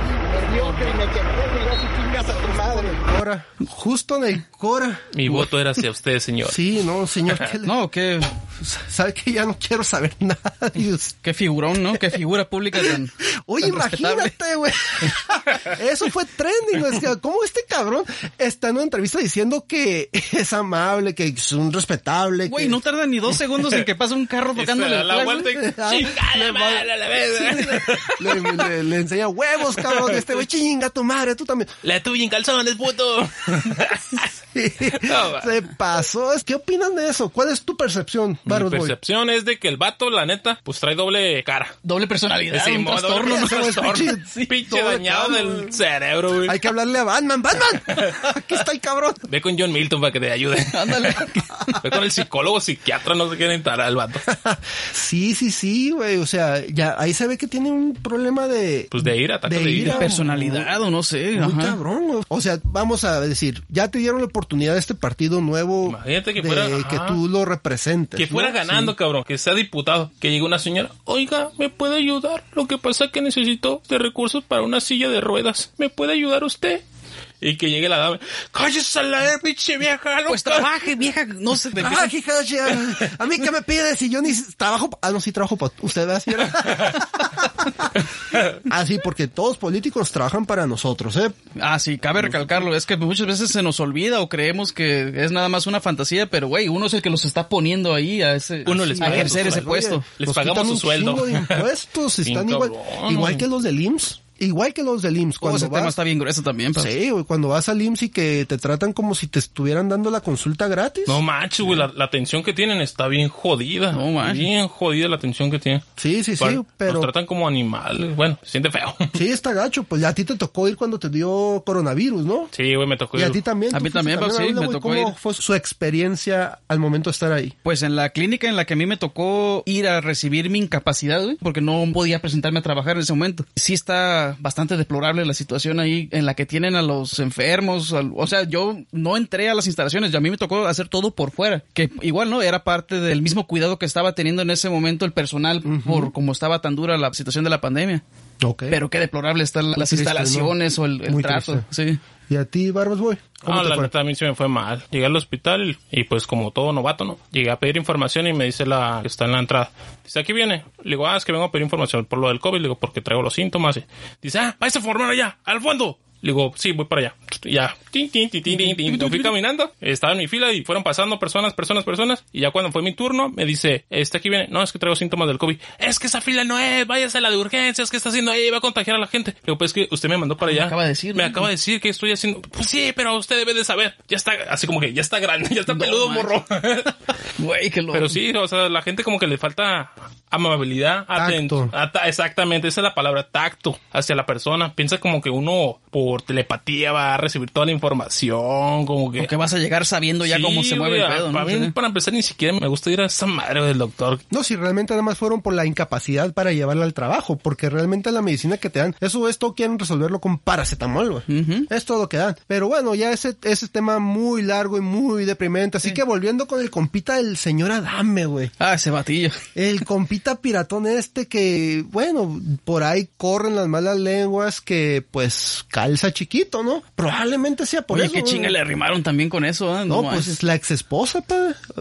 [SPEAKER 4] mediocre, y vas y chingas a tu madre.
[SPEAKER 2] Cora. Justo en el Cora.
[SPEAKER 1] Mi voto era hacia usted, señor.
[SPEAKER 2] Sí, no, señor. ¿qué le-
[SPEAKER 3] No, qué,
[SPEAKER 2] Sabe que ya no quiero saber nada de usted.
[SPEAKER 3] qué figurón, ¿no? Qué figura pública tan.
[SPEAKER 2] Oye,
[SPEAKER 3] tan respetable.
[SPEAKER 2] imagínate, güey. Eso fue trending. O sea, ¿cómo este cabrón está en una entrevista diciendo que es amable, que es un respetable?
[SPEAKER 3] Güey,
[SPEAKER 2] que-
[SPEAKER 3] no tarda ni dos segundos en que pasa un carro
[SPEAKER 1] Y se
[SPEAKER 3] tocándole
[SPEAKER 1] da
[SPEAKER 3] el
[SPEAKER 1] la
[SPEAKER 3] claxon.
[SPEAKER 1] vuelta y chingada madre, a la vez.
[SPEAKER 2] Le, le- le enseña huevos, cabrón. Este güey, chinga tu madre, tú también.
[SPEAKER 1] La tuya en calzones, puto.
[SPEAKER 2] Sí.
[SPEAKER 1] No, va.
[SPEAKER 2] Se pasó. ¿Qué opinan de eso? ¿Cuál es tu percepción?
[SPEAKER 1] Mi
[SPEAKER 2] Barros Boy.
[SPEAKER 1] percepción es de que el vato, la neta, pues trae doble cara.
[SPEAKER 3] Doble personalidad,
[SPEAKER 1] Sí,
[SPEAKER 3] un
[SPEAKER 1] modo,
[SPEAKER 3] trastorno,
[SPEAKER 1] un
[SPEAKER 3] ¿no?
[SPEAKER 2] Ese güey es
[SPEAKER 1] trastorno.
[SPEAKER 2] pinche-
[SPEAKER 1] Pinche
[SPEAKER 2] todo
[SPEAKER 1] dañado
[SPEAKER 2] dañado,
[SPEAKER 1] del
[SPEAKER 2] güey.
[SPEAKER 1] cerebro, güey.
[SPEAKER 2] Hay que hablarle a Batman. ¡Batman! Aquí está el cabrón.
[SPEAKER 1] Ve con John Milton para que te ayude.
[SPEAKER 3] Ándale.
[SPEAKER 1] Ve con el psicólogo, psiquiatra, no sé qué necesitará el vato.
[SPEAKER 2] Sí, sí, sí, güey. O sea, ya ahí se ve que tiene un problema de.
[SPEAKER 1] Pues de ira, ataque
[SPEAKER 2] De
[SPEAKER 1] de,
[SPEAKER 2] ira.
[SPEAKER 1] ira.
[SPEAKER 3] Personalidad o no sé.
[SPEAKER 2] Muy
[SPEAKER 3] ajá.
[SPEAKER 2] cabrón, güey. O sea, vamos a decir, ya te dieron la oportunidad de este partido nuevo.
[SPEAKER 1] Imagínate que
[SPEAKER 2] de
[SPEAKER 1] fuera-
[SPEAKER 2] que
[SPEAKER 1] ajá.
[SPEAKER 2] tú lo representes.
[SPEAKER 1] Que fuera
[SPEAKER 2] ¿no?
[SPEAKER 1] ganando, cabrón. Que sea diputado. Que llegue una señora. Oiga, ¿me puede ayudar? Lo que pasa es que necesito de recursos para una silla de ruedas. ¿Me puede ayudar usted? Y que llegue la dama. ¡Cállese a la pinche vieja!
[SPEAKER 3] Pues
[SPEAKER 1] loca".
[SPEAKER 3] trabaje, vieja. No sé. te
[SPEAKER 2] Ah,
[SPEAKER 3] empiezan-
[SPEAKER 2] hija de chingada. a mí que me pides si yo ni trabajo. pa- Ah, no, sí trabajo para usted, ¿verdad, señora? ah, sí, porque todos políticos trabajan para nosotros, ¿eh?
[SPEAKER 3] Ah, sí, cabe recalcarlo. Es que muchas veces se nos olvida o creemos que es nada más una fantasía, pero güey, uno es el que los está poniendo ahí a ese.
[SPEAKER 1] Uno
[SPEAKER 3] así,
[SPEAKER 1] les
[SPEAKER 3] a
[SPEAKER 1] paga
[SPEAKER 3] ejercer
[SPEAKER 1] sus
[SPEAKER 3] ese
[SPEAKER 1] sueldos.
[SPEAKER 2] pues,
[SPEAKER 3] puesto.
[SPEAKER 1] Les
[SPEAKER 2] Nos
[SPEAKER 1] pagamos
[SPEAKER 2] quitan
[SPEAKER 1] su
[SPEAKER 2] un
[SPEAKER 1] sueldo.
[SPEAKER 2] chingo de impuestos,
[SPEAKER 1] Bien
[SPEAKER 2] están igual,
[SPEAKER 1] cabrón,
[SPEAKER 2] igual
[SPEAKER 1] güey.
[SPEAKER 2] que los del IMSS, igual que los del IMSS.
[SPEAKER 3] Oh,
[SPEAKER 2] Cuando
[SPEAKER 3] ese tema
[SPEAKER 2] vas-
[SPEAKER 3] está bien grueso también. pues. pero-
[SPEAKER 2] Sí, güey, cuando vas al IMSS y que te tratan como si te estuvieran dando la consulta gratis.
[SPEAKER 1] No macho, güey. La, la atención que tienen está bien jodida.
[SPEAKER 3] No manches.
[SPEAKER 1] Bien jodida la atención que tienen.
[SPEAKER 2] Sí, sí, sí,
[SPEAKER 1] Bueno,
[SPEAKER 2] pero
[SPEAKER 1] Nos tratan como animales. Bueno, se siente feo.
[SPEAKER 2] sí está gacho, pues ya a ti te tocó ir cuando te dio coronavirus, ¿no?
[SPEAKER 1] Sí, güey, me tocó.
[SPEAKER 2] Y a
[SPEAKER 1] ir.
[SPEAKER 2] ti también.
[SPEAKER 3] A
[SPEAKER 2] tú
[SPEAKER 3] mí
[SPEAKER 2] fuiste
[SPEAKER 3] también, pues, sí,
[SPEAKER 2] habla,
[SPEAKER 3] me
[SPEAKER 2] güey,
[SPEAKER 3] tocó
[SPEAKER 2] ¿Cómo
[SPEAKER 3] ir.
[SPEAKER 2] fue su experiencia al momento de estar ahí?
[SPEAKER 3] Pues en la clínica en la que a mí me tocó ir a recibir mi incapacidad, güey, porque no podía presentarme a trabajar en ese momento. Sí está bastante deplorable la situación ahí en la que tienen a los enfermos. al- o sea, yo no entré a las instalaciones, a mí me tocó hacer todo por fuera, que igual no era parte del mismo cuidado que estaba teniendo en ese momento el personal por como estaba tan dura la situación de la pandemia.
[SPEAKER 2] Ok.
[SPEAKER 3] Pero qué deplorable están las
[SPEAKER 2] triste,
[SPEAKER 3] instalaciones
[SPEAKER 2] ¿no?
[SPEAKER 3] o el, el
[SPEAKER 2] Muy
[SPEAKER 3] trato.
[SPEAKER 2] triste.
[SPEAKER 3] Sí.
[SPEAKER 2] ¿Y a ti, Barbas Boy? ¿Cómo
[SPEAKER 1] Ah,
[SPEAKER 2] te
[SPEAKER 1] la
[SPEAKER 2] fue?
[SPEAKER 1] neta, a mí sí me fue mal. Llegué al hospital y pues como todo novato, ¿no? Llegué a pedir información y me dice la que está en la entrada. Dice, aquí viene. Le digo, ah, es que vengo a pedir información por lo del COVID. Le digo, porque traigo los síntomas. Y Dice, ah, vais a formar allá, al fondo. Le digo, sí, voy para allá. Y ya, tin, tin, tin, tin, tin, tin. Me fui caminando, estaba en mi fila y fueron pasando personas, personas, personas. Y ya cuando fue mi turno, me dice, este aquí viene, no, es que traigo síntomas del COVID. Es que esa fila no es, váyase a la de urgencias, ¿qué está haciendo ahí? Va a contagiar a la gente. Le digo, pues es que usted me mandó para allá.
[SPEAKER 3] acaba de decir,
[SPEAKER 1] Me
[SPEAKER 3] ¿no?
[SPEAKER 1] acaba de decir que estoy haciendo. Pues sí, pero usted debe de saber. Ya está, así como que ya está grande, ya está
[SPEAKER 3] No
[SPEAKER 1] peludo,
[SPEAKER 3] manches.
[SPEAKER 1] morro.
[SPEAKER 3] Güey, qué loco.
[SPEAKER 1] pero sí, o sea, la gente como que le falta amabilidad, aten-
[SPEAKER 2] Tacto.
[SPEAKER 1] ata- exactamente, esa es la palabra, tacto hacia la persona. Piensa como que uno por telepatía va a recibir toda la información, como que.
[SPEAKER 3] Porque vas a llegar sabiendo ya
[SPEAKER 1] Sí,
[SPEAKER 3] cómo se mueve
[SPEAKER 1] güey,
[SPEAKER 3] el pedo, ¿no?
[SPEAKER 1] Para, mí,
[SPEAKER 3] Sí.
[SPEAKER 1] para empezar, ni siquiera me gusta ir a esa madre del doctor.
[SPEAKER 2] No, si realmente nada más fueron por la incapacidad para llevarla al trabajo, porque realmente la medicina que te dan, eso esto quieren resolverlo con paracetamol, güey. Es todo lo que dan. Pero bueno, ya ese, ese tema muy largo y muy deprimente, así que volviendo con el compita del señor Adame, güey.
[SPEAKER 3] Ah, ese batillo.
[SPEAKER 2] El compita piratón este que, bueno, por ahí corren las malas lenguas que, pues, calza chiquito, ¿no? Probablemente sea por
[SPEAKER 3] Oye,
[SPEAKER 2] eso.
[SPEAKER 3] qué
[SPEAKER 2] güey.
[SPEAKER 3] chinga le arrimaron también con eso, ¿ah?
[SPEAKER 2] No, pues
[SPEAKER 3] manches.
[SPEAKER 2] es la ex esposa,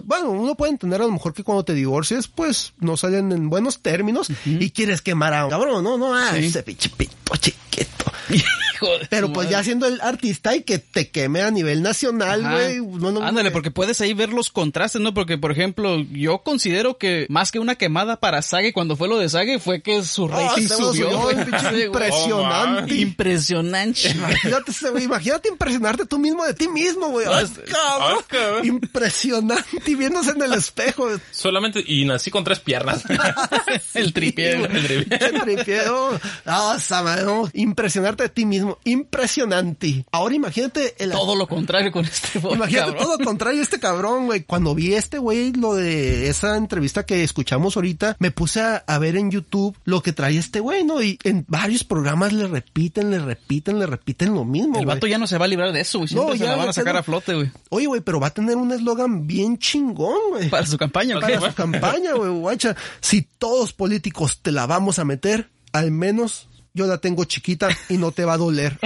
[SPEAKER 2] Bueno, uno puede entender a lo mejor que cuando te divorcias, pues no salen en buenos términos y quieres quemar a un cabrón, no, no, ah,
[SPEAKER 3] Sí.
[SPEAKER 2] ese pinche pito chiquito.
[SPEAKER 3] Hijo de
[SPEAKER 2] Pero
[SPEAKER 3] su
[SPEAKER 2] pues
[SPEAKER 3] madre.
[SPEAKER 2] ya siendo el artista y que te queme a nivel nacional,
[SPEAKER 3] Ajá.
[SPEAKER 2] güey. No, no,
[SPEAKER 3] Ándale,
[SPEAKER 2] eh,
[SPEAKER 3] porque puedes ahí ver los contrastes, ¿no? Porque, por ejemplo, yo considero que más que una quemada para Sage cuando fue lo de Sage fue que su
[SPEAKER 2] ah,
[SPEAKER 3] rating
[SPEAKER 2] se lo
[SPEAKER 3] subió.
[SPEAKER 2] subió,
[SPEAKER 3] güey.
[SPEAKER 2] pinche
[SPEAKER 3] Sí, güey.
[SPEAKER 2] impresionante.
[SPEAKER 3] Impresionante.
[SPEAKER 2] Imagínate, ese güey, imagínate impresionarte tú mismo de ti mismo, güey. Ay,
[SPEAKER 3] Ah,
[SPEAKER 2] cabrón.
[SPEAKER 1] cabrón.
[SPEAKER 2] Impresionante y viéndose en el espejo.
[SPEAKER 1] Solamente, y nací con tres piernas.
[SPEAKER 3] El tripié. güey.
[SPEAKER 1] El tripié.
[SPEAKER 2] Qué tripieo. Ah, esa madre, no. Impresionarte de ti mismo. Impresionante. Ahora imagínate el
[SPEAKER 3] Todo lo contrario con este pobre
[SPEAKER 2] Imagínate
[SPEAKER 3] cabrón.
[SPEAKER 2] todo lo contrario a este cabrón, güey. Cuando vi este güey, lo de esa entrevista que escuchamos ahorita, me puse a, a ver en YouTube lo que trae este güey, ¿no? Y en varios programas le repiten, le repiten, le repiten lo mismo,
[SPEAKER 3] El
[SPEAKER 2] güey.
[SPEAKER 3] vato ya no se va a librar de eso, güey. Siempre
[SPEAKER 2] No,
[SPEAKER 3] se
[SPEAKER 2] ya,
[SPEAKER 3] la van
[SPEAKER 2] ya
[SPEAKER 3] a sacar
[SPEAKER 2] quedó.
[SPEAKER 3] a flote, güey.
[SPEAKER 2] Oye, güey, pero va a tener un eslogan bien chingón, güey.
[SPEAKER 3] Para su campaña,
[SPEAKER 2] Para
[SPEAKER 3] güey.
[SPEAKER 2] su campaña, güey, guacha. Si todos políticos te la vamos a meter, al menos yo la tengo chiquita y no te va a doler.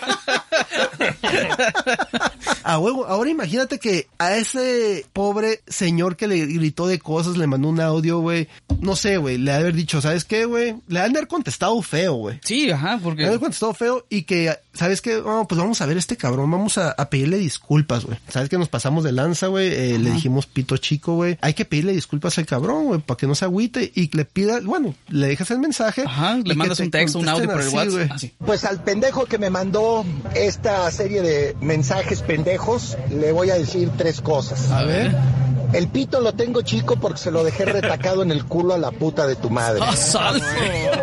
[SPEAKER 2] A huevo, ahora imagínate que a ese pobre señor que le gritó de cosas, le mandó un audio, güey. No sé, güey, le ha de haber dicho, ¿sabes qué, güey? Le han de haber contestado feo, güey.
[SPEAKER 3] Sí, ajá, porque...
[SPEAKER 2] Le han de haber contestado feo y que, ¿sabes qué? Oh, pues vamos a ver a este cabrón, vamos a, a pedirle disculpas, güey. ¿Sabes que nos pasamos de lanza, güey? Eh, le dijimos pito chico, güey. Hay que pedirle disculpas al cabrón, güey, para que no se agüite y que le pida, bueno, le dejas el mensaje.
[SPEAKER 3] Ajá, le
[SPEAKER 2] y que
[SPEAKER 3] mandas
[SPEAKER 2] te
[SPEAKER 3] un texto, un audio por el
[SPEAKER 2] contesten así,
[SPEAKER 3] WhatsApp.
[SPEAKER 2] güey.
[SPEAKER 3] Así.
[SPEAKER 5] Pues al pendejo que me mandó esta serie de mensajes pendejos, le voy a decir tres cosas.
[SPEAKER 3] A ver.
[SPEAKER 5] El pito lo tengo chico porque se lo dejé retacado en el culo a la puta de tu madre.
[SPEAKER 6] Ah, sale.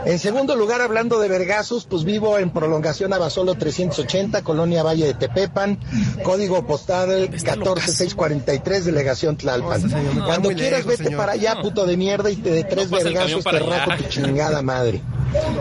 [SPEAKER 5] En segundo lugar, hablando de vergazos, pues vivo en prolongación Abasolo 380, Colonia Valle de Tepepan, código postal 14643, delegación Tlalpan. Cuando
[SPEAKER 2] muy
[SPEAKER 5] quieras,
[SPEAKER 2] lejos,
[SPEAKER 5] vete
[SPEAKER 2] señor.
[SPEAKER 5] para allá, puto de mierda, y te de tres
[SPEAKER 1] pasa el camión
[SPEAKER 5] vergazos
[SPEAKER 1] para
[SPEAKER 5] te
[SPEAKER 1] allá.
[SPEAKER 5] raco tu chingada madre.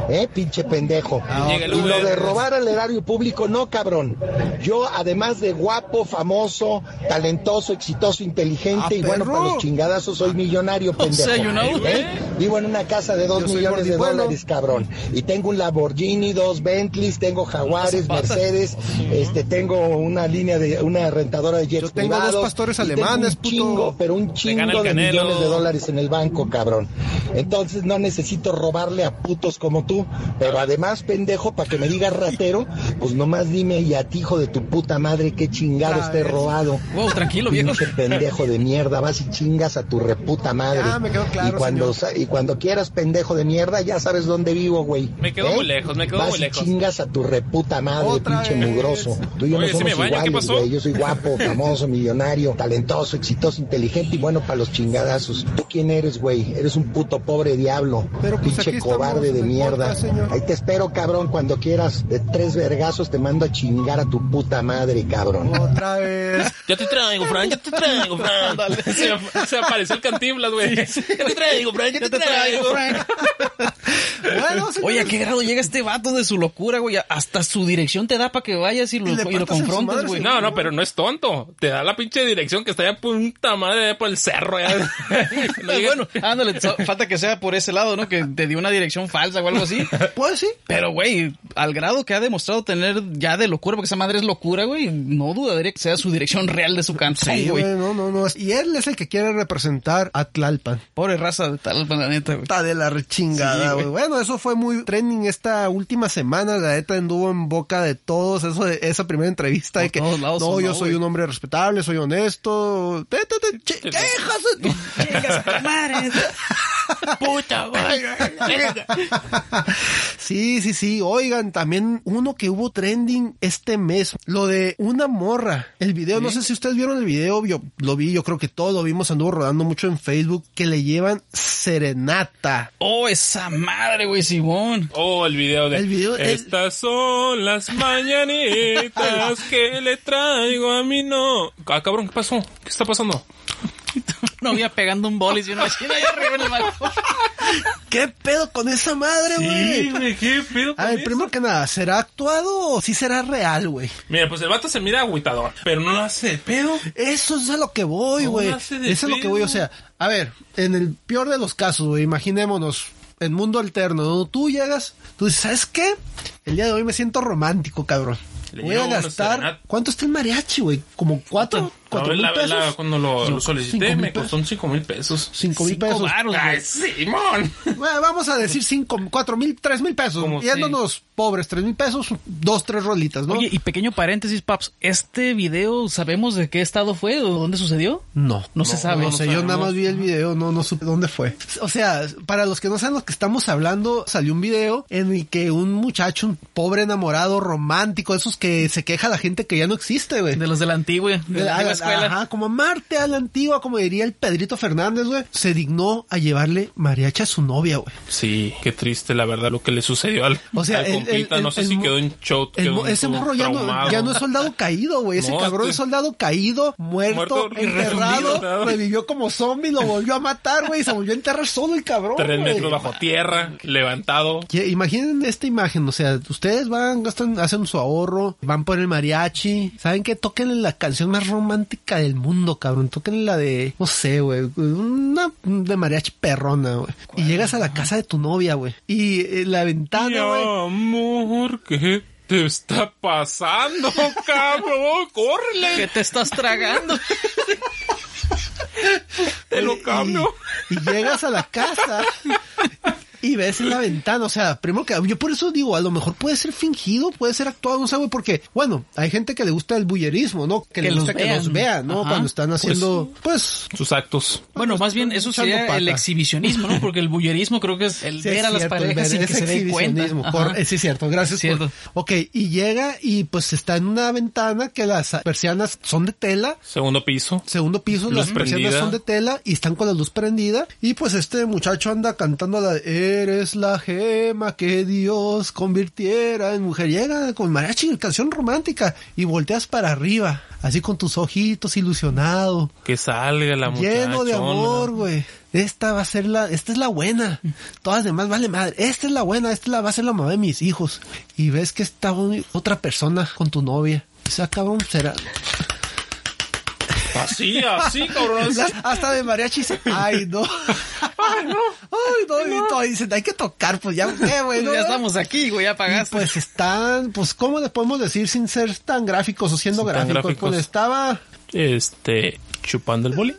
[SPEAKER 5] ¿Eh, pinche pendejo?
[SPEAKER 1] Ah, Llega el
[SPEAKER 5] y lo
[SPEAKER 1] Uber.
[SPEAKER 5] de robar al erario público, no, cabrón. Yo, además de guapo, famoso, talentoso, exitoso, inteligente
[SPEAKER 2] Ah,
[SPEAKER 5] y bueno
[SPEAKER 2] perro.
[SPEAKER 5] para los chingadazos, soy millonario, pendejo.
[SPEAKER 3] sea, you know.
[SPEAKER 5] ¿Eh? Vivo en una casa de dos
[SPEAKER 2] Yo soy
[SPEAKER 5] millones de
[SPEAKER 2] gordibueno.
[SPEAKER 5] dólares, cabrón. Y tengo un Lamborghini, dos Bentleys, tengo Jaguares, Mercedes, este, tengo una línea de una rentadora de jets
[SPEAKER 2] Yo tengo dos
[SPEAKER 5] privados,
[SPEAKER 2] pastores
[SPEAKER 5] y tengo
[SPEAKER 2] alemanes,
[SPEAKER 5] un
[SPEAKER 2] puto.
[SPEAKER 5] chingo, pero un
[SPEAKER 1] gana el
[SPEAKER 5] chingo de
[SPEAKER 1] Canelo.
[SPEAKER 5] millones de dólares en el banco, cabrón. Entonces no necesito robarle a putos como tú, pero además, pendejo, para que me digas ratero, pues nomás dime y a ti, hijo de tu puta madre, qué chingados te he robado.
[SPEAKER 3] Wow, tranquilo, viejo.
[SPEAKER 5] Pinche pendejo de mierda, vas y chingas a tu reputa madre.
[SPEAKER 2] Ya, me quedó claro,
[SPEAKER 5] y cuando, sa- y cuando quieras, pendejo de mierda, ya sabes dónde vivo, güey. ¿Eh?
[SPEAKER 1] Me quedó muy lejos, me quedó
[SPEAKER 5] Vas
[SPEAKER 1] muy
[SPEAKER 5] y
[SPEAKER 1] lejos.
[SPEAKER 5] chingas a tu reputa madre,
[SPEAKER 2] Otra
[SPEAKER 5] pinche
[SPEAKER 2] vez.
[SPEAKER 5] mugroso. Tú y yo
[SPEAKER 1] Oye,
[SPEAKER 5] no
[SPEAKER 1] sí me
[SPEAKER 5] somos
[SPEAKER 1] baño, ¿qué
[SPEAKER 5] iguales,
[SPEAKER 1] pasó?
[SPEAKER 5] güey. Yo soy guapo, famoso, millonario, talentoso, exitoso, inteligente y bueno para los chingadazos. ¿Tú quién eres, güey? Eres un puto pobre diablo.
[SPEAKER 2] Pero, pues,
[SPEAKER 5] pinche
[SPEAKER 2] aquí estamos,
[SPEAKER 5] cobarde de
[SPEAKER 2] no importa,
[SPEAKER 5] mierda.
[SPEAKER 2] señor.
[SPEAKER 5] Ahí te espero, cabrón, cuando quieras. De tres vergazos te mando a chingar a tu puta madre, cabrón.
[SPEAKER 2] Otra vez.
[SPEAKER 6] Ya te traigo, Fran, ya te traigo, Fran.
[SPEAKER 1] Se, se apareció el cantiblas, güey.
[SPEAKER 6] Ya te traigo, Fran, ya te traigo.
[SPEAKER 2] Bueno,
[SPEAKER 3] Oye, ¿a qué grado llega este vato de su locura, güey? Hasta su dirección te da para que vayas y lo,
[SPEAKER 2] Y le
[SPEAKER 3] y lo
[SPEAKER 2] partas en su
[SPEAKER 3] confrontes,
[SPEAKER 2] madre,
[SPEAKER 3] güey.
[SPEAKER 1] No, no, pero no es tonto. Te da la pinche dirección que está allá puta madre allá por el cerro. allá. No llega-
[SPEAKER 3] bueno, ah. ándale, so- falta que sea por ese lado, ¿no? Que te dio una dirección falsa o algo así.
[SPEAKER 2] pues sí.
[SPEAKER 3] Pero, güey, al grado que ha demostrado tener ya de locura, porque esa madre es locura, güey, no dudaría que sea su dirección real de su canción,
[SPEAKER 2] Sí,
[SPEAKER 3] güey.
[SPEAKER 2] güey, no, no, no. Y él es el que quiere representar a Tlalpan.
[SPEAKER 3] Pobre raza de tal, la neta, güey.
[SPEAKER 2] Está de la rechingada,
[SPEAKER 3] Sí,
[SPEAKER 2] güey.
[SPEAKER 3] güey.
[SPEAKER 2] bueno, eso fue muy trending esta última semana. La neta anduvo en boca de todos. Eso de esa primera entrevista de
[SPEAKER 3] Por
[SPEAKER 2] que
[SPEAKER 3] todos lados
[SPEAKER 2] no,
[SPEAKER 3] sonó,
[SPEAKER 2] yo soy
[SPEAKER 3] güey".
[SPEAKER 2] un hombre respetable, soy honesto. Te, te, te, che- dejas de tu-
[SPEAKER 6] Puta, güey.
[SPEAKER 2] Sí, sí, sí. Oigan, también uno que hubo trending este mes, lo de una morra. El video, no sé si ustedes vieron el video, yo lo vi, yo creo que todo lo vimos, anduvo rodando mucho en Facebook, que le llevan serenata.
[SPEAKER 3] Oh, esa madre, güey, Simón.
[SPEAKER 1] Oh, el video de.
[SPEAKER 2] El video, el-
[SPEAKER 1] Estas son las mañanitas que le traigo a mi no. Ah, cabrón, ¿qué pasó? ¿Qué está pasando?
[SPEAKER 3] No había pegando un bolis y una vecina allá arriba en el balcón.
[SPEAKER 2] ¿Qué pedo con esa madre, güey? Ah,
[SPEAKER 1] güey, qué pedo.
[SPEAKER 2] A
[SPEAKER 1] con
[SPEAKER 2] ver,
[SPEAKER 1] eso?
[SPEAKER 2] primero que nada, ¿será actuado o sí será real, güey?
[SPEAKER 1] Mira, pues el vato se mira agüitador, pero no lo hace de pedo.
[SPEAKER 2] Eso es a lo que voy,
[SPEAKER 1] No
[SPEAKER 2] güey.
[SPEAKER 1] hace
[SPEAKER 2] Eso
[SPEAKER 1] de
[SPEAKER 2] es lo que
[SPEAKER 1] pedo.
[SPEAKER 2] voy, o sea, a ver, en el peor de los casos, güey, imaginémonos, en mundo alterno, ¿no? tú llegas, tú dices, ¿sabes qué? El día de hoy me siento romántico, cabrón.
[SPEAKER 1] Le
[SPEAKER 2] Voy a
[SPEAKER 1] llevo una
[SPEAKER 2] gastar.
[SPEAKER 1] serenata.
[SPEAKER 2] ¿Cuánto está el mariachi, güey? ¿Como cuatro? ¿Cuatro
[SPEAKER 1] No,
[SPEAKER 2] mil
[SPEAKER 1] la- la-
[SPEAKER 2] pesos?
[SPEAKER 1] cuando lo, lo
[SPEAKER 2] Cinco
[SPEAKER 1] solicité,
[SPEAKER 2] mil
[SPEAKER 1] me
[SPEAKER 2] pesos.
[SPEAKER 1] costó un 5 mil pesos.
[SPEAKER 2] Cinco mil
[SPEAKER 3] Cinco
[SPEAKER 2] pesos.
[SPEAKER 3] varos, güey.
[SPEAKER 1] ¡Ay, Simón!
[SPEAKER 2] Bueno, vamos a decir cinco, cuatro mil, tres mil pesos.
[SPEAKER 1] Como
[SPEAKER 2] Yéndonos pobres, tres mil pesos, dos, tres rolitas, ¿no?
[SPEAKER 3] Oye, y pequeño paréntesis, Paps, ¿este video sabemos de qué estado fue o dónde sucedió?
[SPEAKER 2] No,
[SPEAKER 3] No se sabe.
[SPEAKER 2] No sé, yo nada más vi el video, no, no supe dónde fue. O sea, para los que no saben lo que estamos hablando, salió un video en el que un muchacho, un pobre enamorado, romántico, esos que se queja a la gente que ya no existe, güey.
[SPEAKER 3] De los de la antigua, de la
[SPEAKER 2] A la-
[SPEAKER 3] antigua escuela.
[SPEAKER 2] Ajá, como amarte a la antigua, como diría el Pedrito Fernández, güey. Se dignó a llevarle mariachi a su novia, güey.
[SPEAKER 1] Sí, qué triste, la verdad, lo que le sucedió al,
[SPEAKER 2] O sea,
[SPEAKER 1] al
[SPEAKER 2] el-
[SPEAKER 1] compita.
[SPEAKER 2] el-
[SPEAKER 1] no
[SPEAKER 2] el-
[SPEAKER 1] sé
[SPEAKER 2] el
[SPEAKER 1] si
[SPEAKER 2] mo-
[SPEAKER 1] quedó en shock.
[SPEAKER 2] el
[SPEAKER 1] quedó
[SPEAKER 2] mo-
[SPEAKER 1] en
[SPEAKER 2] ese
[SPEAKER 1] todo
[SPEAKER 2] morro ya no,
[SPEAKER 1] traumado.
[SPEAKER 2] ya no es soldado caído, güey. Ese
[SPEAKER 1] No,
[SPEAKER 2] cabrón
[SPEAKER 1] este-
[SPEAKER 2] es soldado caído, muerto,
[SPEAKER 1] Muerto y
[SPEAKER 2] enterrado,
[SPEAKER 1] revivido, ¿no?
[SPEAKER 2] revivió como zombie, lo volvió a matar, güey, y se volvió a enterrar solo el cabrón.
[SPEAKER 1] Tres
[SPEAKER 2] güey.
[SPEAKER 1] metros bajo tierra, levantado.
[SPEAKER 2] Que Imaginen esta imagen, o sea, ustedes van, gastan, hacen su ahorro, van por el mariachi, saben que toquen la canción más romántica del mundo, cabrón, toquen la de, no sé, güey, una de mariachi perrona, güey. Y llegas a la casa de tu novia, güey, y eh, la
[SPEAKER 1] Mi
[SPEAKER 2] ventana, güey.
[SPEAKER 1] amor, ¿qué te está pasando, cabrón? ¡Córrele!
[SPEAKER 3] ¿Qué te estás tragando?
[SPEAKER 1] ¡Te lo cambio!
[SPEAKER 2] Y, y llegas a la casa y ves en la ventana, o sea, primero que yo por eso digo, a lo mejor puede ser fingido, puede ser actuado, no sé, güey, porque, bueno, hay gente que le gusta el bullerismo, ¿no? Que, le
[SPEAKER 3] los
[SPEAKER 2] gusta que
[SPEAKER 3] vean.
[SPEAKER 2] los vean, ¿no?
[SPEAKER 3] Ajá.
[SPEAKER 2] Cuando están haciendo, pues,
[SPEAKER 1] Sus actos.
[SPEAKER 3] Bueno, más bien eso
[SPEAKER 2] echando
[SPEAKER 3] sería
[SPEAKER 2] pata.
[SPEAKER 3] el exhibicionismo, ¿no? Porque el bullerismo creo que es el
[SPEAKER 2] Sí,
[SPEAKER 3] ver
[SPEAKER 2] es
[SPEAKER 3] a las
[SPEAKER 2] cierto,
[SPEAKER 3] parejas
[SPEAKER 2] el
[SPEAKER 3] sin
[SPEAKER 2] ver
[SPEAKER 3] que
[SPEAKER 2] ese
[SPEAKER 3] se den cuenta.
[SPEAKER 2] exhibicionismo,
[SPEAKER 3] Ajá.
[SPEAKER 2] cor- eh, sí, es cierto, gracias. por-
[SPEAKER 3] Cierto.
[SPEAKER 2] ok, y llega y pues está en una ventana que las persianas son de tela.
[SPEAKER 1] Segundo piso.
[SPEAKER 2] Segundo piso,
[SPEAKER 1] Luz
[SPEAKER 2] las persianas
[SPEAKER 1] prendida.
[SPEAKER 2] son de tela y están con la luz prendida. Y pues este muchacho anda cantando la de Eres la gema que Dios convirtiera en mujer. Llega con mariachi, canción romántica, y volteas para arriba, así con tus ojitos ilusionado.
[SPEAKER 1] Que salga la muchacha.
[SPEAKER 2] Lleno de amor, güey. Esta va a ser la, esta es la buena. Todas las demás vale madre. Esta es la buena, esta la va a ser la mamá de mis hijos. Y ves que está un- otra persona con tu novia. O sea, cabrón, será.
[SPEAKER 1] Así, así,
[SPEAKER 2] O
[SPEAKER 1] cabrón.
[SPEAKER 2] sea, hasta de mariachi dice, ay no. Ay no. Ay no. Y todo dicen, hay que tocar, pues ya qué, güey. ¿no?
[SPEAKER 3] Ya estamos aquí, güey, ya
[SPEAKER 2] Y,
[SPEAKER 3] pagaste.
[SPEAKER 2] pues están, pues, ¿cómo le podemos decir sin ser tan gráficos o siendo
[SPEAKER 1] Sin tan
[SPEAKER 2] gráficos?
[SPEAKER 1] gráficos.
[SPEAKER 2] Pues estaba
[SPEAKER 1] Este, chupando el boli.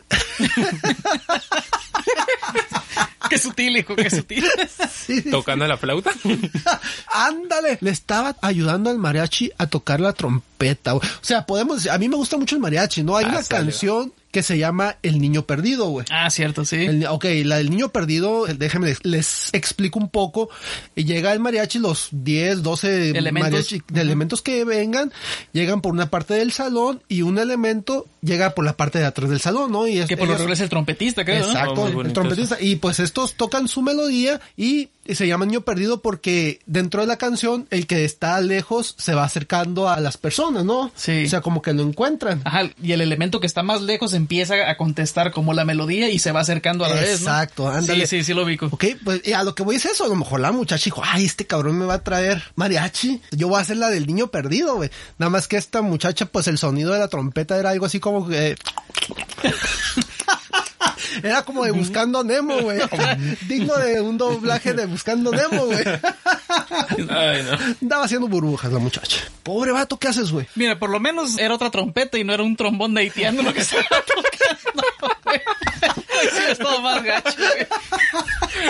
[SPEAKER 3] Qué sutil, hijo, qué sutil.
[SPEAKER 2] sí,
[SPEAKER 1] Tocando la flauta.
[SPEAKER 2] Ándale, le estaba ayudando al mariachi a tocar la trompeta. güey. O sea, podemos decir, a mí me gusta mucho el mariachi, ¿no? Hay
[SPEAKER 1] Ah,
[SPEAKER 2] una
[SPEAKER 1] salió.
[SPEAKER 2] canción que se llama El niño perdido, güey.
[SPEAKER 3] ah, cierto, sí.
[SPEAKER 2] El- ok, la del niño perdido, eh, déjenme les, les explico un poco. Y Llega el mariachi, los 10, 12
[SPEAKER 3] Elementos.
[SPEAKER 2] mariachi- de elementos que vengan, llegan por una parte del salón y un elemento llega por la parte de atrás del salón, ¿no? Y es,
[SPEAKER 3] que por lo
[SPEAKER 2] ellos-
[SPEAKER 3] regular es el trompetista, creo, ¿no?
[SPEAKER 1] Oh,
[SPEAKER 2] Exacto,
[SPEAKER 1] muy
[SPEAKER 2] el
[SPEAKER 1] bonito
[SPEAKER 2] trompetista. Y pues estos tocan su melodía y se llama Niño Perdido porque dentro de la canción el que está lejos se va acercando a las personas, ¿no?
[SPEAKER 3] Sí.
[SPEAKER 2] O sea, como que lo encuentran.
[SPEAKER 3] Ajá, y el elemento que está más lejos empieza a contestar como la melodía y se va acercando a la vez, ¿no?
[SPEAKER 2] Exacto, ándale.
[SPEAKER 3] Sí, sí, sí lo ubico.
[SPEAKER 2] Ok, pues y a lo que voy es eso. A lo mejor la muchacha dijo, ay, este cabrón me va a traer mariachi. Yo voy a hacer la del niño perdido, güey. Nada más que esta muchacha, pues el sonido de la trompeta era algo así como que... Era como de Buscando a Nemo, güey. Digno de un doblaje de Buscando Nemo, güey.
[SPEAKER 1] Ay, no.
[SPEAKER 2] Andaba haciendo burbujas la muchacha. Pobre vato, ¿qué haces, güey?
[SPEAKER 3] Mira, por lo menos era otra trompeta y no era un trombón de haitiano lo que estaba tocando. güey. Ay, sí, es todo más gacho. güey.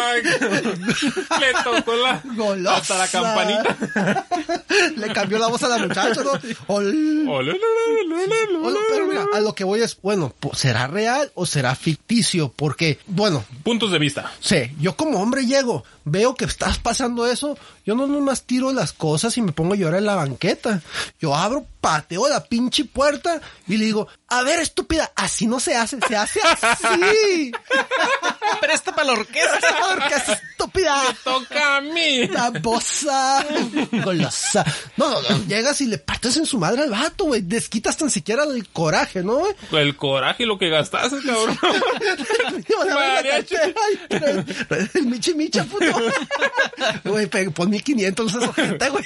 [SPEAKER 1] Ay, le tocó la.
[SPEAKER 2] Golosa.
[SPEAKER 1] Hasta la campanita.
[SPEAKER 2] Le cambió la voz a la muchacha, ¿no? Ol-
[SPEAKER 1] Ole, ole, ole, ole, ole.
[SPEAKER 2] Bueno, pero mira, a lo que voy es, bueno, po- ¿será real o será ficticio? Porque, bueno,
[SPEAKER 1] Puntos de vista.
[SPEAKER 2] sé, yo como hombre llego, veo que estás pasando eso, yo no nomás tiro las cosas y me pongo a llorar en la banqueta. Yo abro, pateo la pinche puerta y le digo, a ver, estúpida, así no se hace, se hace así.
[SPEAKER 3] Presta para la orquesta.
[SPEAKER 2] Porque es estúpida.
[SPEAKER 1] Toca a mí.
[SPEAKER 2] Babosa, golosa. No, no, no, llegas y le partes en su madre al vato, güey. Desquitas tan siquiera el coraje, ¿no? güey?
[SPEAKER 1] El coraje y lo que gastaste, cabrón.
[SPEAKER 2] Iba a lavar la
[SPEAKER 1] Mariachi.
[SPEAKER 2] cartera y trae- este, El michi micha, puto. Güey, pe- pon 1500, no seas ojete, güey.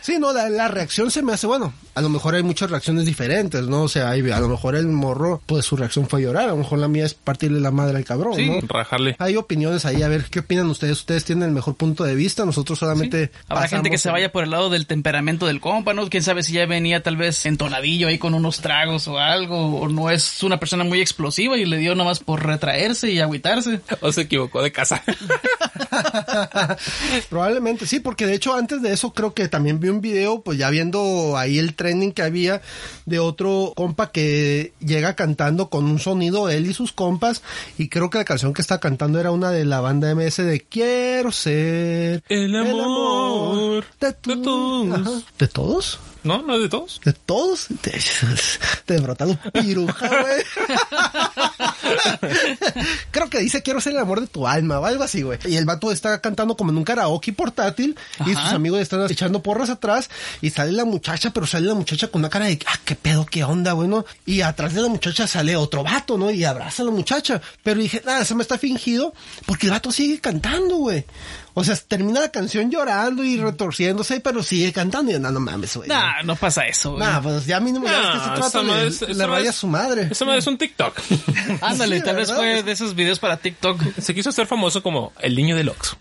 [SPEAKER 2] Sí, no, la, la reacción se me hace, bueno, a lo mejor hay muchas reacciones diferentes, ¿no? O sea, hay- a lo mejor el morro, pues su reacción fue llorar, a lo mejor la mía es partirle la madre al cabrón, ¿no?
[SPEAKER 1] Rajarle.
[SPEAKER 2] Hay opiniones ahí, a ver, ¿qué opinan ustedes? Ustedes tienen el mejor punto de vista, nosotros solamente...
[SPEAKER 3] Habrá
[SPEAKER 2] pasamos
[SPEAKER 3] gente que se
[SPEAKER 2] el-
[SPEAKER 3] vaya por el lado del temperamento del compa, ¿no? Quién sabe si ya venía tal vez entonadillo ahí con unos tragos o algo, o no es una persona muy explosiva y le dio nomás por retraerse y agüitarse.
[SPEAKER 1] O se equivocó de casa.
[SPEAKER 2] Probablemente sí, porque de hecho antes de eso creo que también vi un video, pues ya viendo ahí el trending que había de otro compa que llega cantando con un sonido él y sus compas y creo que la canción que está cantando era una de la banda MS de Quiero ser
[SPEAKER 1] El amor
[SPEAKER 2] de,
[SPEAKER 1] de
[SPEAKER 2] tu-
[SPEAKER 1] todos.
[SPEAKER 2] Ajá. ¿De todos?
[SPEAKER 1] ¿No? ¿No es de todos?
[SPEAKER 2] ¿De todos? Te, te brotaron piruja, güey. Creo que dice quiero ser el amor de tu alma o algo así, güey. Y el vato está cantando como en un karaoke portátil y
[SPEAKER 3] Ajá.
[SPEAKER 2] sus amigos están echando porras atrás y sale la muchacha, pero sale la muchacha con una cara de, ah, qué pedo, qué onda, güey, ¿no? Y atrás de la muchacha sale otro vato, ¿no? Y abraza a la muchacha. Pero dije, nada, se me está fingido porque el vato sigue cantando, güey. O sea, termina la canción llorando y retorciéndose, pero sigue cantando. Y yo, no, no mames, güey.
[SPEAKER 3] Nah, no pasa eso, güey.
[SPEAKER 2] Nah, pues ya mínimo ya ves que se
[SPEAKER 1] Nah,
[SPEAKER 2] trata
[SPEAKER 1] esa madre es-
[SPEAKER 2] de,
[SPEAKER 1] esa
[SPEAKER 2] le
[SPEAKER 1] madre
[SPEAKER 2] raya
[SPEAKER 1] es-
[SPEAKER 2] su madre.
[SPEAKER 1] Esa madre es un TikTok.
[SPEAKER 3] Ándale,
[SPEAKER 2] Sí,
[SPEAKER 3] tal
[SPEAKER 2] la
[SPEAKER 3] vez
[SPEAKER 2] verdad,
[SPEAKER 3] fue
[SPEAKER 2] es-
[SPEAKER 3] de esos videos para TikTok.
[SPEAKER 1] Se quiso hacer famoso como el niño del Ox.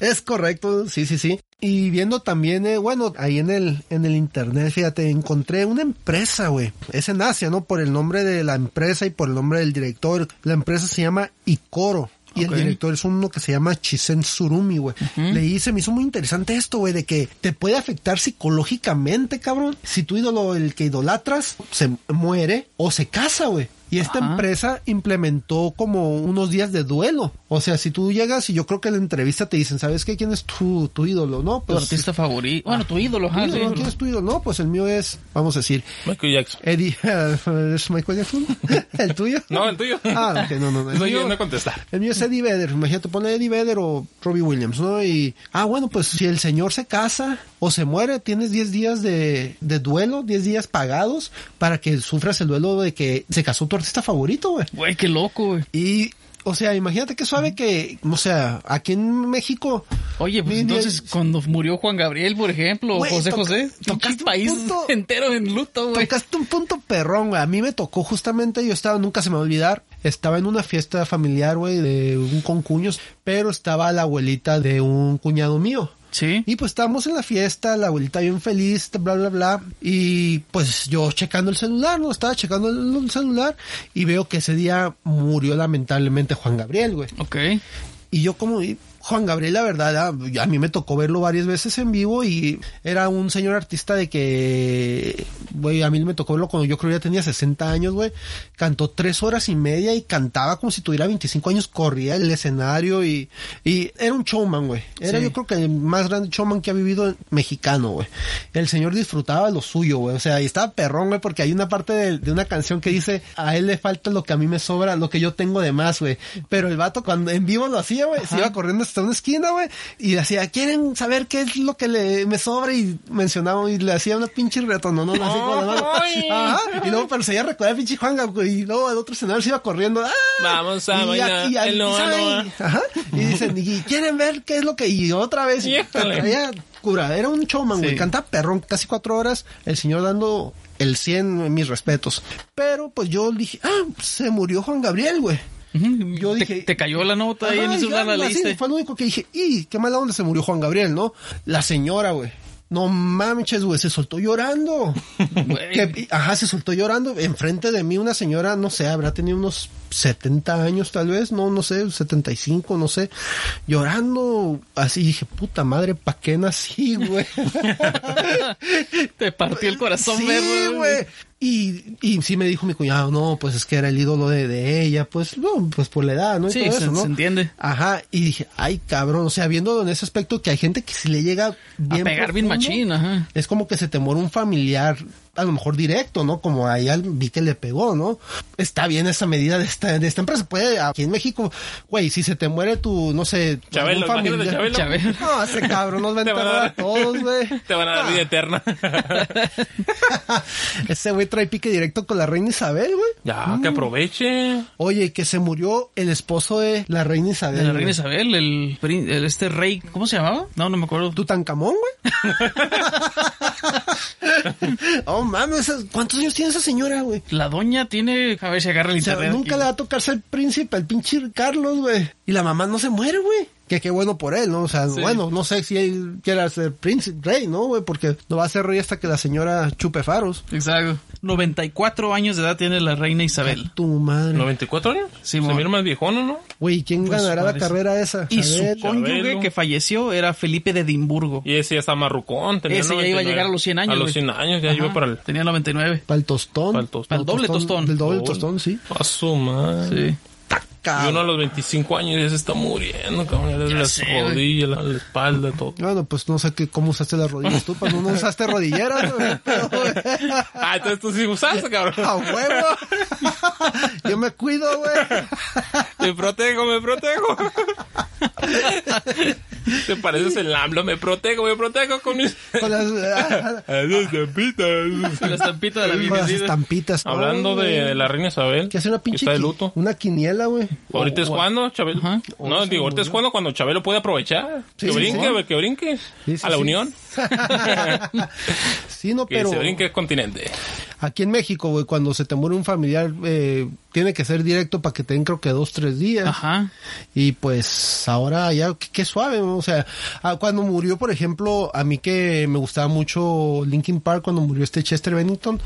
[SPEAKER 2] es correcto, sí, sí, sí. Y viendo también, eh, bueno, ahí en el, en el internet, fíjate, encontré una empresa, güey. Es en Asia, ¿no? Por el nombre de la empresa y por el nombre del director. La empresa se llama Icoro. Y
[SPEAKER 3] Ok.
[SPEAKER 2] el director es uno que se llama Chisen Surumi, güey. Leí, se me hizo muy interesante esto, güey, de que te puede afectar psicológicamente, cabrón. Si tu ídolo, el que idolatras, se muere o se casa, güey. Y esta
[SPEAKER 3] Ajá.
[SPEAKER 2] empresa implementó como unos días de duelo. O sea, si tú llegas y yo creo que en la entrevista te dicen, ¿sabes qué? ¿Quién es tu, tu ídolo? No,
[SPEAKER 3] Tu
[SPEAKER 2] pues...
[SPEAKER 3] artista favorito. Bueno, tu ídolo,
[SPEAKER 2] tu
[SPEAKER 3] ajá,
[SPEAKER 2] ídolo,
[SPEAKER 3] sí.
[SPEAKER 2] ¿Quién es tu ídolo? No, pues el mío es, vamos a decir,
[SPEAKER 1] Michael Jackson.
[SPEAKER 2] Eddie... ¿Es Michael Jackson? ¿El tuyo?
[SPEAKER 1] No, el tuyo.
[SPEAKER 2] Ah, ok, no, no, no. El
[SPEAKER 1] No, yo
[SPEAKER 2] mío-
[SPEAKER 1] no contestar.
[SPEAKER 2] el mío es Eddie Vedder. Imagínate, ponle Eddie Vedder o Robbie Williams, ¿no? Y, ah, bueno, pues si el señor se casa o se muere, tienes 10 días de, de duelo, 10 días pagados para que sufras el duelo de que se casó tu artista favorito, güey.
[SPEAKER 3] Güey, qué loco, güey.
[SPEAKER 2] Y, o sea, imagínate qué suave que, o sea, aquí en México.
[SPEAKER 3] Oye, pues
[SPEAKER 2] ni- ni-
[SPEAKER 3] entonces cuando murió Juan Gabriel, por ejemplo,
[SPEAKER 2] Güey,
[SPEAKER 3] o José
[SPEAKER 2] toca-
[SPEAKER 3] José,
[SPEAKER 2] tocaste
[SPEAKER 3] tocaste
[SPEAKER 2] un
[SPEAKER 3] país
[SPEAKER 2] punto-
[SPEAKER 3] entero en luto, güey.
[SPEAKER 2] Tocaste un punto perrón, güey. A mí me tocó justamente, yo estaba, nunca se me va a olvidar, estaba en una fiesta familiar, güey, de un concuños, pero estaba la abuelita de un cuñado mío.
[SPEAKER 3] Sí.
[SPEAKER 2] Y pues estábamos en la fiesta, la abuelita bien feliz, bla, bla, bla. Y pues yo checando el celular, ¿no? Estaba checando el el celular y veo que ese día murió lamentablemente Juan Gabriel, güey.
[SPEAKER 3] Ok.
[SPEAKER 2] Y yo como... y Juan Gabriel, la verdad, ah, a, a mí me tocó verlo varias veces en vivo y era un señor artista de que, güey, a mí me tocó verlo cuando yo creo que ya tenía 60 años, güey. Cantó tres horas y media y cantaba como si tuviera 25 años, corría el escenario y, y era un showman, güey. Era
[SPEAKER 3] Sí.
[SPEAKER 2] yo creo que el más grande showman que ha vivido el mexicano, güey. El señor disfrutaba lo suyo, güey. O sea, y estaba perrón, güey, porque hay una parte de, de una canción que dice, a él le falta lo que a mí me sobra, lo que yo tengo de más, güey. Pero el vato cuando en vivo lo hacía, güey, se iba corriendo hasta una esquina, güey, y decía, ¿quieren saber qué es lo que le, me sobra? Y mencionaba, y le hacía una pinche retorno, no, no, así con la mano. Ajá. Y luego, pero se iba a recordar pinche Juanga, güey, y luego al otro escenario se iba corriendo. ¡Ah!
[SPEAKER 1] Vamos a
[SPEAKER 2] Y
[SPEAKER 1] bailar
[SPEAKER 2] y
[SPEAKER 1] el Noa
[SPEAKER 2] ¿saben?
[SPEAKER 1] Noa.
[SPEAKER 2] Ajá. Y dicen, y quieren ver qué es lo que. Y otra vez. y
[SPEAKER 1] Híjole.
[SPEAKER 2] traía cura. Era un showman, güey.
[SPEAKER 3] Sí.
[SPEAKER 2] Cantaba perrón casi cuatro horas. El señor dando el 100, mis respetos. Pero pues yo dije, ah, se murió Juan Gabriel, güey.
[SPEAKER 3] Ujú.
[SPEAKER 2] Yo
[SPEAKER 3] Te-
[SPEAKER 2] dije-
[SPEAKER 3] Te, cayó la nota ahí
[SPEAKER 2] Ajá,
[SPEAKER 3] en el
[SPEAKER 2] y
[SPEAKER 3] celular,
[SPEAKER 2] algo
[SPEAKER 3] la
[SPEAKER 2] así,
[SPEAKER 3] leíste.
[SPEAKER 2] Fue lo único que dije, y qué mala onda se murió Juan Gabriel, ¿no? La señora, güey. No mames, güey, se soltó llorando.
[SPEAKER 3] Güey.
[SPEAKER 2] Que- ajá, se soltó llorando. Enfrente de mí una señora, no sé, habrá tenido unos 70 años tal vez, no, no sé, 75, no sé. Llorando así, dije, puta madre, ¿pa' qué nací, güey?
[SPEAKER 3] Te partió el corazón,
[SPEAKER 2] Sí,
[SPEAKER 3] verga,
[SPEAKER 2] güey. Y, y sí me dijo mi cuñado, no, pues es que era el ídolo de, de ella, pues, no, pues por la edad, ¿no? Y
[SPEAKER 3] Sí,
[SPEAKER 2] todo
[SPEAKER 3] se-
[SPEAKER 2] eso, ¿no?
[SPEAKER 3] se entiende.
[SPEAKER 2] Ajá, y dije, ay, cabrón, o sea, viéndolo en ese aspecto que hay gente que si le llega
[SPEAKER 3] A
[SPEAKER 2] bien
[SPEAKER 3] pegar bien
[SPEAKER 2] profundo,
[SPEAKER 3] machín, ajá.
[SPEAKER 2] es como que se te muere un familiar, a lo mejor directo, ¿no? Como ahí al vi que le pegó, ¿no? Está bien esa medida de esta, de esta empresa. Puede, aquí en México, güey, si se te muere tu, no sé,
[SPEAKER 1] Chabelo,
[SPEAKER 2] algún
[SPEAKER 1] imagínate, Chabelo.
[SPEAKER 3] Chabelo.
[SPEAKER 2] No, ese cabrón nos va a
[SPEAKER 1] Te van a dar-
[SPEAKER 2] enterrar a todos, güey.
[SPEAKER 1] Te van a dar
[SPEAKER 2] Ah.
[SPEAKER 1] vida eterna.
[SPEAKER 2] Ese güey trae pique directo con la reina Isabel, güey.
[SPEAKER 1] ya,
[SPEAKER 3] Mm.
[SPEAKER 1] que aproveche.
[SPEAKER 2] Oye, que se murió el esposo de la reina Isabel.
[SPEAKER 3] De la
[SPEAKER 2] güey.
[SPEAKER 3] reina Isabel, el, prin- el- este rey, ¿cómo se llamaba? No, no me acuerdo.
[SPEAKER 2] Tutankamón, güey. oh, mames, ¿cuántos años tiene esa señora, güey?
[SPEAKER 3] La doña tiene, a ver si agarra el
[SPEAKER 2] O sea,
[SPEAKER 3] internet.
[SPEAKER 2] nunca
[SPEAKER 3] aquí.
[SPEAKER 2] le va a tocarse el príncipe, el pinche Carlos, güey. Y la mamá no se muere, güey. Que qué bueno por él, ¿no? O sea, bueno, no sé si él quiera ser príncipe, rey, ¿no, güey? Porque no va a ser rey hasta que la señora chupe faros.
[SPEAKER 3] Exacto. 94 años de edad tiene la reina Isabel.
[SPEAKER 2] Tu madre.
[SPEAKER 1] ¿94 años?
[SPEAKER 3] Sí,
[SPEAKER 1] Se
[SPEAKER 3] mon.
[SPEAKER 1] mira más viejón, ¿no?
[SPEAKER 2] Güey, ¿quién
[SPEAKER 3] Pues,
[SPEAKER 2] ganará
[SPEAKER 3] parece.
[SPEAKER 2] la carrera esa?
[SPEAKER 3] Y
[SPEAKER 2] A
[SPEAKER 3] su
[SPEAKER 2] ver.
[SPEAKER 3] cónyuge
[SPEAKER 1] Chabelo.
[SPEAKER 3] que falleció era Felipe de Edimburgo.
[SPEAKER 1] Y ese ya está marrucón. Tenía
[SPEAKER 3] Ese ya iba a
[SPEAKER 1] 99.
[SPEAKER 3] llegar a los 100 años.
[SPEAKER 1] A los
[SPEAKER 3] güey.
[SPEAKER 1] 100 años, ya
[SPEAKER 3] Ajá,
[SPEAKER 1] iba para el...
[SPEAKER 3] Tenía 99.
[SPEAKER 2] Para el tostón.
[SPEAKER 1] Pa'l tostón. Oh.
[SPEAKER 3] Pa'l doble tostón.
[SPEAKER 2] Del doble tostón, sí.
[SPEAKER 1] A su madre.
[SPEAKER 3] Sí.
[SPEAKER 1] Y uno a los 25 años ya se está muriendo, cabrón. Ya desde
[SPEAKER 3] Ya
[SPEAKER 1] las
[SPEAKER 3] sé, güey.
[SPEAKER 1] rodillas, la, la espalda, todo.
[SPEAKER 2] Bueno, pues no sé qué, cómo usaste las rodillas tú, pero no usaste rodilleras, güey. Pero, güey,
[SPEAKER 1] Ah, entonces tú sí usaste,
[SPEAKER 3] Ah,
[SPEAKER 2] A
[SPEAKER 1] cabrón.
[SPEAKER 2] huevo. Yo me cuido, güey.
[SPEAKER 1] Me protejo, me protejo. Te pareces el AMLO. Me protejo, me protejo con mis...
[SPEAKER 2] Con las, ah,
[SPEAKER 1] A los campitas.
[SPEAKER 3] La estampita de la
[SPEAKER 2] con las
[SPEAKER 3] bienvenida.
[SPEAKER 2] estampitas.
[SPEAKER 1] Hablando
[SPEAKER 2] Ay,
[SPEAKER 1] de
[SPEAKER 2] güey.
[SPEAKER 1] la reina Isabel.
[SPEAKER 2] Que hace una pinche.
[SPEAKER 1] Está de
[SPEAKER 2] qui-
[SPEAKER 1] luto.
[SPEAKER 2] Una quiniela, güey.
[SPEAKER 1] ¿Ahorita es cuando, Chabelo?
[SPEAKER 3] Ajá.
[SPEAKER 1] No, digo, ahorita es cuando cuando Chabelo puede aprovechar.
[SPEAKER 2] Sí,
[SPEAKER 1] que
[SPEAKER 2] sí,
[SPEAKER 1] brinque,
[SPEAKER 2] sí.
[SPEAKER 1] güey, que brinque.
[SPEAKER 2] Sí, sí,
[SPEAKER 1] a la
[SPEAKER 2] sí.
[SPEAKER 1] Unión.
[SPEAKER 2] sí, no,
[SPEAKER 1] Que
[SPEAKER 2] pero.
[SPEAKER 1] se brinque el continente.
[SPEAKER 2] Aquí en México, güey, cuando se te muere un familiar, eh, tiene que ser directo para que te den creo que dos, tres días.
[SPEAKER 3] Ajá.
[SPEAKER 2] Y pues ahora ya, qué, qué suave, ¿no? o sea, ah, cuando murió, por ejemplo, a mí que me gustaba mucho Linkin Park, cuando murió este Chester Bennington,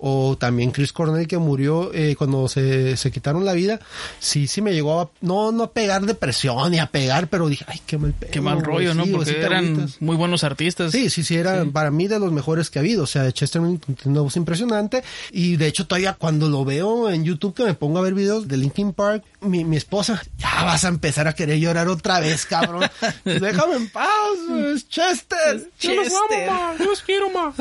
[SPEAKER 2] o también Chris Cornell que murió eh, cuando se, se quitaron la vida, sí, sí me llegó a, no, no a pegar depresión ni a pegar, pero dije, ay, qué mal pedo,
[SPEAKER 3] Qué mal
[SPEAKER 2] güey,
[SPEAKER 3] rollo, ¿no?
[SPEAKER 2] sí, güey,
[SPEAKER 3] Porque
[SPEAKER 2] sí te
[SPEAKER 3] eran
[SPEAKER 2] agüitas.
[SPEAKER 3] muy buenos artistas.
[SPEAKER 2] Sí, sí, sí, era para mí de los mejores que ha habido. O sea, Chester Bennington tiene una voz impresionante. Y de hecho, todavía cuando lo veo en YouTube, que me pongo a ver videos de Linkin Park, mi, mi esposa, ya vas a empezar a querer llorar otra vez, cabrón. Déjame en paz, es Chester. Yo los amo,
[SPEAKER 3] Chester.
[SPEAKER 2] ma. Yo los quiero, ma.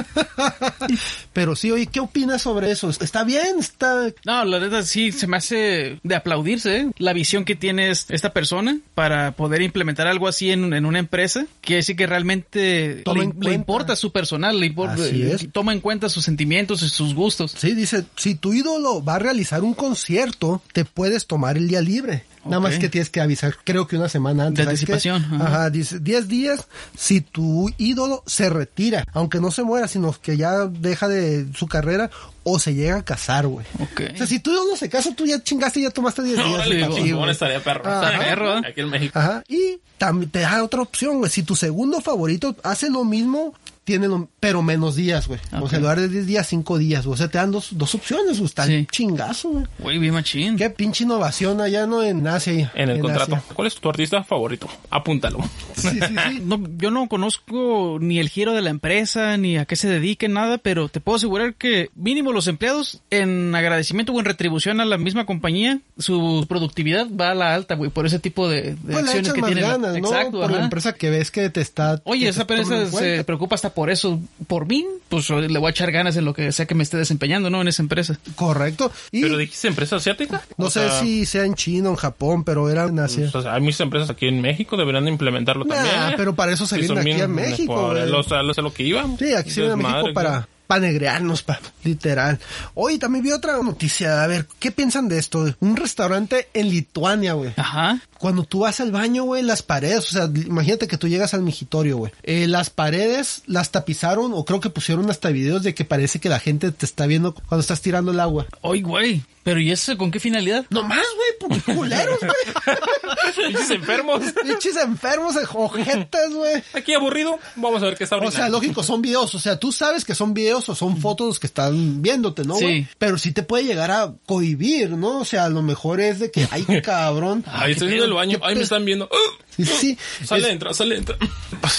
[SPEAKER 2] Pero sí, oye, ¿qué opinas sobre eso? ¿Está bien? ¿Está
[SPEAKER 3] No, la verdad sí, se me hace de aplaudirse ¿eh? la visión que tiene es- esta persona para poder implementar algo así en, en una empresa. Quiere decir que realmente
[SPEAKER 2] Toma
[SPEAKER 3] le,
[SPEAKER 2] en
[SPEAKER 3] le
[SPEAKER 2] cuenta.
[SPEAKER 3] importa su personal, le importa,
[SPEAKER 2] Así es.
[SPEAKER 3] toma en cuenta sus sentimientos y sus gustos.
[SPEAKER 2] Sí, dice, si tu ídolo va a realizar un concierto, te puedes tomar el día libre. Nada
[SPEAKER 3] Ok.
[SPEAKER 2] más que tienes que avisar, creo que una semana antes.
[SPEAKER 3] De
[SPEAKER 2] ¿sabes qué?
[SPEAKER 3] anticipación, ajá.
[SPEAKER 2] Ajá, dice, 10 días si tu ídolo se retira, aunque no se muera, sino que ya deja de su carrera o se llega a casar, güey.
[SPEAKER 3] Ok.
[SPEAKER 2] O sea, si tu ídolo se casa, tú ya chingaste y ya tomaste 10 días.
[SPEAKER 1] Órale,
[SPEAKER 2] Sí,
[SPEAKER 1] chingón,
[SPEAKER 2] güey. Ah,
[SPEAKER 1] estaría perro.
[SPEAKER 2] Ajá.
[SPEAKER 1] Estaría
[SPEAKER 3] Perro, ¿eh?
[SPEAKER 1] Aquí en México.
[SPEAKER 2] Ajá. Y también te da otra opción, güey. Si tu segundo favorito hace lo mismo, tiene lo- pero menos días, güey. O
[SPEAKER 3] Ok.
[SPEAKER 2] sea, en lugar de 10 días, 5 días, güey. O sea, te dan dos, dos opciones, güey. Está
[SPEAKER 3] Sí.
[SPEAKER 2] chingazo, güey.
[SPEAKER 3] Güey, bien machín.
[SPEAKER 2] Qué pinche innovación allá, ¿no? En Asia. ahí.
[SPEAKER 1] En el contrato.
[SPEAKER 2] Asia.
[SPEAKER 1] ¿Cuál es tu artista favorito? Apúntalo.
[SPEAKER 2] Sí, sí, sí.
[SPEAKER 3] No, yo no conozco ni el giro de la empresa, ni a qué se dedique, nada, pero te puedo asegurar que mínimo los empleados, en agradecimiento o en retribución a la misma compañía, su productividad va a la alta, güey, por ese tipo de, de
[SPEAKER 2] Pues le
[SPEAKER 3] acciones
[SPEAKER 2] echas
[SPEAKER 3] que
[SPEAKER 2] más
[SPEAKER 3] tienen.
[SPEAKER 2] ganas, ¿no?
[SPEAKER 3] Exacto,
[SPEAKER 2] Por la
[SPEAKER 3] ajá.
[SPEAKER 2] empresa que ves que te está...
[SPEAKER 3] Oye,
[SPEAKER 2] que
[SPEAKER 3] esa
[SPEAKER 2] te está tomando
[SPEAKER 3] empresa
[SPEAKER 2] en cuenta.
[SPEAKER 3] se preocupa hasta por eso. Por mí, pues le voy a echar ganas en lo que sea que me esté desempeñando, ¿no? En esa empresa.
[SPEAKER 2] Correcto. Y
[SPEAKER 1] ¿Pero dijiste empresa asiática?
[SPEAKER 2] no
[SPEAKER 1] O
[SPEAKER 2] sé
[SPEAKER 1] sea,
[SPEAKER 2] si sea en China o en Japón, pero era en Asia.
[SPEAKER 1] o sea, hay muchas empresas aquí en México, deberían de implementarlo
[SPEAKER 2] Nah,
[SPEAKER 1] también.
[SPEAKER 2] pero para eso se
[SPEAKER 1] Sí,
[SPEAKER 2] vienen
[SPEAKER 1] son
[SPEAKER 2] aquí
[SPEAKER 1] bien-
[SPEAKER 2] a México,
[SPEAKER 1] por-
[SPEAKER 2] güey.
[SPEAKER 1] lo- O sea, lo sé lo que iba.
[SPEAKER 2] Sí, aquí se viene a México
[SPEAKER 1] Desmadre,
[SPEAKER 2] para panegrearnos, pa, literal. Hoy también vi otra noticia, a ver, ¿qué piensan de esto? Un restaurante en Lituania, güey.
[SPEAKER 3] Ajá.
[SPEAKER 2] Cuando tú vas al baño, güey, las paredes, o sea, imagínate que tú llegas al migitorio, güey. Eh, las paredes las tapizaron o creo que pusieron hasta videos de que parece que la gente te está viendo cuando estás tirando el agua.
[SPEAKER 3] Oye, güey. Pero ¿y eso con qué finalidad?
[SPEAKER 2] No más, güey, por culeros, güey.
[SPEAKER 1] Pinches enfermos.
[SPEAKER 2] Pinches enfermos, ojetas, güey.
[SPEAKER 1] Aquí aburrido. Vamos a ver qué está
[SPEAKER 2] O
[SPEAKER 1] ahorita.
[SPEAKER 2] sea, lógico, son videos. O sea, tú sabes que son videos o son fotos los que están viéndote, ¿no? güey?
[SPEAKER 3] Sí.
[SPEAKER 2] Pero sí te puede llegar a cohibir, ¿no? O sea, a lo mejor es de que, ay, cabrón.
[SPEAKER 1] Ahí estoy yendo el baño. Ahí me están viendo. ¡Ah!
[SPEAKER 2] Sí, sí.
[SPEAKER 1] Sale,
[SPEAKER 2] Es-
[SPEAKER 1] entra, sale, entra.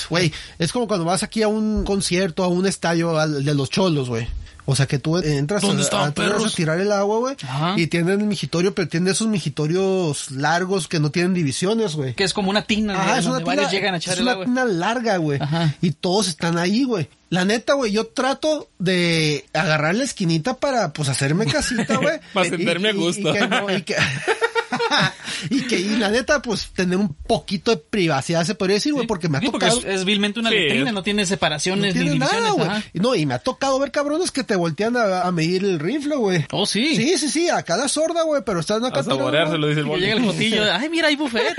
[SPEAKER 2] Güey, es como cuando vas aquí a un concierto, a un estadio al- de los cholos, güey. O sea que tú entras
[SPEAKER 1] ¿Dónde
[SPEAKER 2] a-
[SPEAKER 1] estaban
[SPEAKER 2] a, tú vas a
[SPEAKER 1] perros?
[SPEAKER 2] tirar el agua, güey.
[SPEAKER 3] Ajá.
[SPEAKER 2] Y tienen el migitorio, pero tienen esos migitorios largos que no tienen divisiones, güey.
[SPEAKER 3] Que es como una tina. ¿no?
[SPEAKER 2] Ajá, es
[SPEAKER 3] donde
[SPEAKER 2] una
[SPEAKER 3] varios
[SPEAKER 2] tina,
[SPEAKER 3] llegan a echar
[SPEAKER 2] es
[SPEAKER 3] el
[SPEAKER 2] una
[SPEAKER 3] agua.
[SPEAKER 2] tina larga, güey.
[SPEAKER 3] Ajá.
[SPEAKER 2] Y todos están ahí, güey. La neta, güey, yo trato de agarrar la esquinita para, pues, hacerme casita, güey.
[SPEAKER 1] Para
[SPEAKER 2] Y-
[SPEAKER 1] sentirme a
[SPEAKER 2] y-
[SPEAKER 1] gusto.
[SPEAKER 2] Y, que no, y que... y que, y la neta, pues, tener un poquito de privacidad, se podría decir, güey, porque me ha
[SPEAKER 3] Sí, porque
[SPEAKER 2] tocado...
[SPEAKER 3] es, es vilmente una
[SPEAKER 1] Sí,
[SPEAKER 3] letrina,
[SPEAKER 1] es-
[SPEAKER 3] no tiene
[SPEAKER 2] No
[SPEAKER 3] separaciones
[SPEAKER 2] tiene
[SPEAKER 3] ni
[SPEAKER 2] nada,
[SPEAKER 3] divisiones.
[SPEAKER 2] güey.
[SPEAKER 3] ajá.
[SPEAKER 2] No, y me ha tocado ver cabrones que te voltean a, a medir el rifle, güey.
[SPEAKER 3] Oh, sí.
[SPEAKER 2] Sí, sí, sí, a cada sorda, güey, pero están acá...
[SPEAKER 1] A
[SPEAKER 2] tirando,
[SPEAKER 1] saboreárselo, dice el
[SPEAKER 3] Y que llega el
[SPEAKER 1] boli.
[SPEAKER 3] botillo. Ay, mira, hay buffet.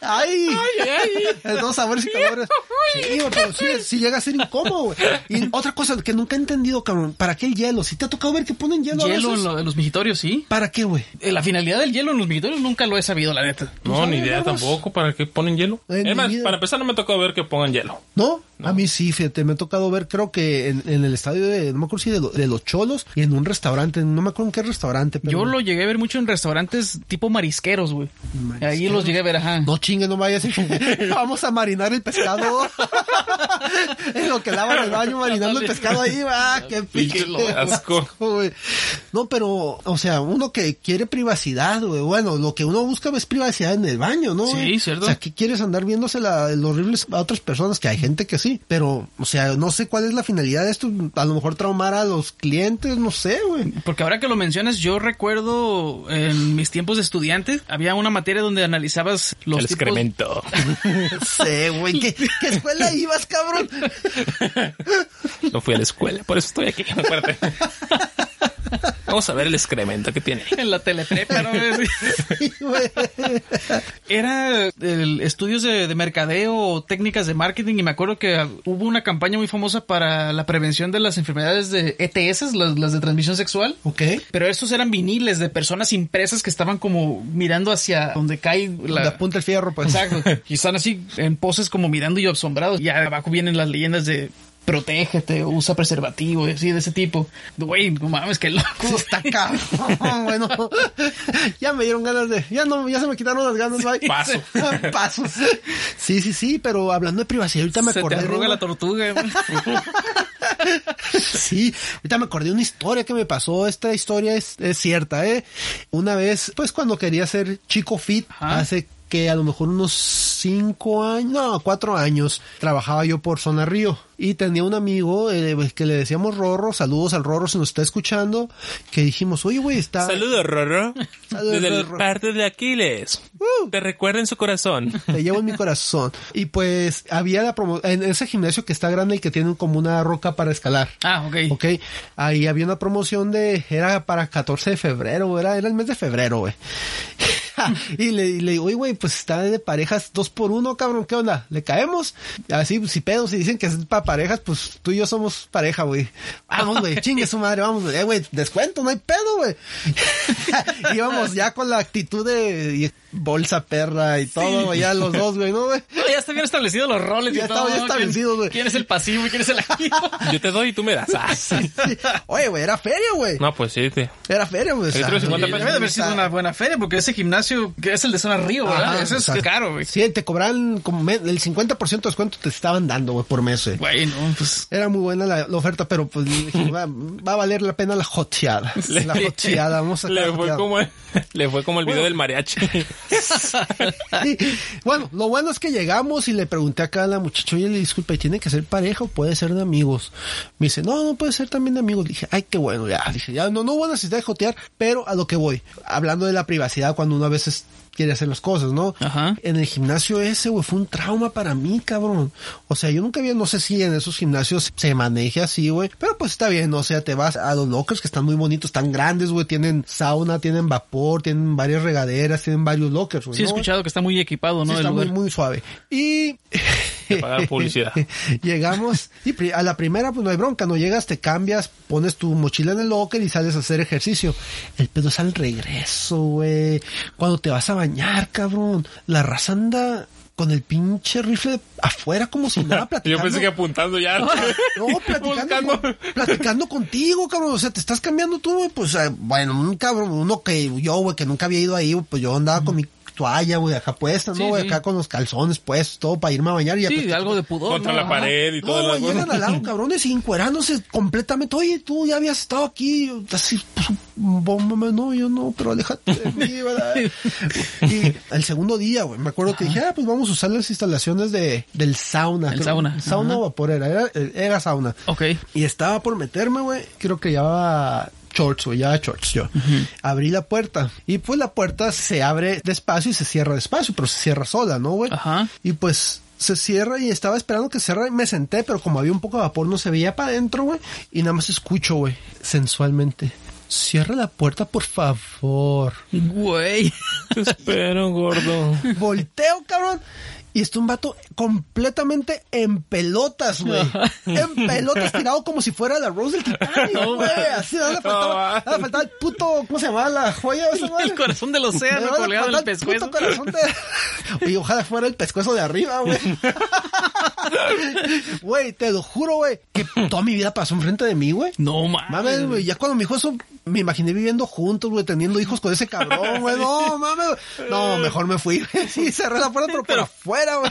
[SPEAKER 2] ¡Ay! Dos sabores y calores. Sí, güey, pero sí, sí llega a ser incómodo, güey. Y otra cosa que nunca he entendido, cabrón. ¿Para qué el hielo? Si te ha tocado ver que ponen hielo, a
[SPEAKER 3] hielo
[SPEAKER 2] veces.
[SPEAKER 3] en, lo- en los migitorios, sí.
[SPEAKER 2] ¿Para qué, güey?
[SPEAKER 3] Eh, La finalidad del hielo en los migitorios nunca lo he sabido, la neta.
[SPEAKER 1] No, ni idea tampoco. ¿Para qué ponen hielo?
[SPEAKER 2] Ay,
[SPEAKER 1] Es
[SPEAKER 2] mi
[SPEAKER 1] más,
[SPEAKER 2] vida.
[SPEAKER 1] para empezar, no me tocó ver que pongan hielo.
[SPEAKER 2] ¿No? A mí sí, fíjate, me ha tocado ver, creo que en, en el estadio de, no me acuerdo si de, lo- de los Cholos y en un restaurante, no me acuerdo en qué restaurante, pero.
[SPEAKER 3] Yo lo llegué a ver mucho en restaurantes tipo marisqueros, güey. Ahí
[SPEAKER 2] Marisqueros.
[SPEAKER 3] los llegué a ver, ajá.
[SPEAKER 2] No chingue, no vayas. Vamos a marinar el pescado. en lo que lavan el baño, marinando el pescado ahí, va. Qué
[SPEAKER 1] Pinche
[SPEAKER 2] pinche
[SPEAKER 1] lo asco.
[SPEAKER 2] güey. No, pero, o sea, uno que quiere privacidad, güey. Bueno, lo que uno busca es privacidad en el baño, ¿no?
[SPEAKER 3] Sí,
[SPEAKER 2] güey?
[SPEAKER 3] cierto.
[SPEAKER 2] O sea, ¿qué quieres andar viéndose la, los rifles a otras personas? Que hay gente que sí. Pero, o sea, no sé cuál es la finalidad de esto. A lo mejor traumar a los clientes, no sé, güey.
[SPEAKER 3] Porque ahora que lo mencionas, yo recuerdo en mis tiempos de estudiante, había una materia donde analizabas los
[SPEAKER 1] el
[SPEAKER 3] tipos-
[SPEAKER 1] excremento.
[SPEAKER 2] No sé, güey. ¿Qué, ¿Qué escuela ibas, cabrón?
[SPEAKER 1] No fui a la escuela, por eso estoy aquí. Acuérdate. Vamos a ver el excremento que tiene.
[SPEAKER 3] En la teletrepa, ¿no? Era el, estudios de, de mercadeo o técnicas de marketing y me acuerdo que ah, hubo una campaña muy famosa para la prevención de las enfermedades de ETS, las, las de transmisión sexual.
[SPEAKER 2] Ok.
[SPEAKER 3] Pero estos eran viniles de personas impresas que estaban como mirando hacia donde cae
[SPEAKER 2] La...
[SPEAKER 3] la,
[SPEAKER 2] apunta el fierro, pues.
[SPEAKER 3] Exacto. Y están así en poses como mirando y asombrados. Y abajo vienen las leyendas de protégete, usa preservativo, y así de ese tipo. Güey, no mames, qué loco.
[SPEAKER 2] Está cabrón, bueno. Ya me dieron ganas de. Ya no, ya se me quitaron las ganas, bye.
[SPEAKER 1] Paso.
[SPEAKER 2] Paso. Sí, sí, sí, pero hablando de privacidad, ahorita me
[SPEAKER 3] Se te
[SPEAKER 2] acordé. de
[SPEAKER 3] arruga
[SPEAKER 2] una-
[SPEAKER 3] la tortuga.
[SPEAKER 2] Sí, ahorita me acordé de una historia que me pasó. Esta historia es, es cierta, ¿eh? Una vez, pues cuando quería ser chico fit,
[SPEAKER 3] Ajá.
[SPEAKER 2] hace que a lo mejor unos cinco años, no, cuatro años, trabajaba yo por Zona Río. Y tenía un amigo eh, pues, que le decíamos Rorro, saludos al Rorro si nos está escuchando, que dijimos, oye, güey, está...
[SPEAKER 1] Saludos, Rorro.
[SPEAKER 2] Saludos,
[SPEAKER 1] Desde el
[SPEAKER 2] Rorro.
[SPEAKER 1] parte de Aquiles.
[SPEAKER 2] Uh.
[SPEAKER 1] Te recuerda en su corazón.
[SPEAKER 2] Te llevo en mi corazón. Y pues había la promo en ese gimnasio que está grande y que tienen como una roca para escalar.
[SPEAKER 3] ah, ok.
[SPEAKER 2] Ok, ahí había una promoción de, era para 14 de febrero, era, era el mes de febrero, güey. y, le, y le digo, oye, güey, pues está de parejas dos por uno, cabrón, ¿qué onda? ¿Le caemos? Así, pues, si pedos, si dicen que es para parejas, pues tú y yo somos pareja, güey. Vamos, güey, chingue su madre, vamos, güey, Eh, güey, descuento, no hay pedo, güey. Íbamos ya con la actitud de y- bolsa perra y todo, güey, ya los dos, güey, ¿no, güey?
[SPEAKER 3] No, ya están bien establecidos los roles. y
[SPEAKER 2] Ya
[SPEAKER 3] todo,
[SPEAKER 2] está- ya
[SPEAKER 3] ¿no?
[SPEAKER 2] establecidos, güey.
[SPEAKER 3] ¿Quién es el pasivo y quién es el activo?
[SPEAKER 1] Yo te doy y tú me das. Ah, sí.
[SPEAKER 2] Sí. Oye, güey, era feria, güey.
[SPEAKER 1] No, pues sí. te-
[SPEAKER 2] Era feria, güey. o sea,
[SPEAKER 1] Ahí traes 50
[SPEAKER 2] güey,
[SPEAKER 1] pesos.
[SPEAKER 3] Debe de haber sido una buena feria porque ese gimnasio que es el de Zona Río, ¿verdad?
[SPEAKER 2] Ajá,
[SPEAKER 3] Eso es
[SPEAKER 2] exacto.
[SPEAKER 3] caro, güey.
[SPEAKER 2] Sí, te cobraban como me- el 50% de descuento te estaban dando, güey, por mes, güey.
[SPEAKER 3] Güey, no, pues.
[SPEAKER 2] Era muy buena la, la oferta, pero pues dije, va, va a valer la pena la joteada. La joteada, vamos a sacar
[SPEAKER 1] Le
[SPEAKER 2] la
[SPEAKER 1] fue,
[SPEAKER 2] joteada.
[SPEAKER 1] como, le fue como el video del mariachi.
[SPEAKER 2] Sí. Bueno, lo bueno es que llegamos y le pregunté acá a la muchacha, oye, le disculpa, ¿y ¿tiene que ser pareja o puede ser de amigos? Me dice, no, no puede ser también de amigos. Le dije, ay, qué bueno, ya. Dije, ya, no, no hubo necesidad de jotear, pero a lo que voy. Hablando de la privacidad cuando uno a veces quiere hacer las cosas, ¿no?
[SPEAKER 3] Ajá.
[SPEAKER 2] En el gimnasio ese, güey, fue un trauma para mí, cabrón. O sea, yo nunca había, no sé si en esos gimnasios se maneje así, güey. Pero pues está bien, o sea, te vas a los lockers que están muy bonitos, están grandes, güey. Tienen sauna, tienen vapor, tienen varias regaderas, tienen varios lockers, güey.
[SPEAKER 3] Sí, he
[SPEAKER 2] Pues ¿no?
[SPEAKER 3] escuchado que está muy equipado,
[SPEAKER 2] Sí,
[SPEAKER 3] ¿no? el
[SPEAKER 2] está muy,
[SPEAKER 3] lugar.
[SPEAKER 2] muy suave. Y.
[SPEAKER 1] Te pagan publicidad.
[SPEAKER 2] Llegamos. Y pri- a la primera, pues no hay bronca. No llegas, te cambias, pones tu mochila en el locker y sales a hacer ejercicio. El pedo es al regreso, güey. Cuando te vas a bañar, cabrón. La raza anda con el pinche rifle afuera como si nada platicando.
[SPEAKER 1] Yo pensé que apuntando ya.
[SPEAKER 2] Oh. No, platicando,
[SPEAKER 1] Buscando.
[SPEAKER 2] con- platicando contigo, cabrón. O sea, te estás cambiando tú, güey. Pues, eh, bueno, un cabrón, uno que yo, güey, que nunca había ido ahí, güey, pues yo andaba con mi toalla, güey, acá puesta,
[SPEAKER 3] Sí,
[SPEAKER 2] ¿no? güey?
[SPEAKER 3] sí.
[SPEAKER 2] Acá con los calzones puestos, todo para irme a bañar y ya,
[SPEAKER 3] Sí,
[SPEAKER 2] pues,
[SPEAKER 3] algo de pudor.
[SPEAKER 1] Contra
[SPEAKER 3] ¿no?
[SPEAKER 1] la
[SPEAKER 3] Ajá.
[SPEAKER 1] pared y
[SPEAKER 2] No,
[SPEAKER 1] todo.
[SPEAKER 2] güey, llegan al lado, cabrones, y encuerándose completamente. Oye, tú ya habías estado aquí. yo, Así, pues, bomba, no, yo no, pero aléjate de mí, ¿verdad? Y el segundo día, güey, me acuerdo que dije, ah, pues vamos a usar las instalaciones de, del sauna.
[SPEAKER 3] El
[SPEAKER 2] creo-
[SPEAKER 3] sauna,
[SPEAKER 2] Sauna
[SPEAKER 3] ajá.
[SPEAKER 2] o vaporera, era, era sauna.
[SPEAKER 3] Ok.
[SPEAKER 2] Y estaba por meterme, güey. Creo que llevaba shorts, güey. Llevaba shorts yo. Abrí la puerta. Y pues la puerta se abre despacio y se cierra despacio, pero se cierra sola, ¿no, güey?
[SPEAKER 3] Ajá.
[SPEAKER 2] Y pues se cierra y estaba esperando que cerrara y me senté, pero como había un poco de vapor no se veía para adentro, güey. Y nada más escucho, güey, sensualmente. Cierra la puerta, por favor.
[SPEAKER 3] Güey.
[SPEAKER 1] Te espero, gordo.
[SPEAKER 2] Volteo, cabrón. Y está un vato completamente en pelotas, güey. En pelotas, tirado como si fuera la Rose del Titanic, güey. Así, nada, le faltaba, nada, le faltaba el puto, ¿cómo se llamaba la joya? esa madre?
[SPEAKER 3] El corazón del
[SPEAKER 2] Le
[SPEAKER 3] océano
[SPEAKER 2] faltaba
[SPEAKER 3] colgado en el
[SPEAKER 2] el
[SPEAKER 3] pescuezo.
[SPEAKER 2] puto corazón de- Oye, ojalá fuera el pescuezo de arriba, güey. Güey, te lo juro, güey, que toda mi vida pasó enfrente de mí, güey.
[SPEAKER 3] No mames.
[SPEAKER 2] Mames, güey, ya cuando me dijo eso, me imaginé viviendo juntos, güey, teniendo hijos con ese cabrón, güey. No, mames. güey. No, mejor me fui, güey. Sí, cerré la puerta, pero, por afuera, güey.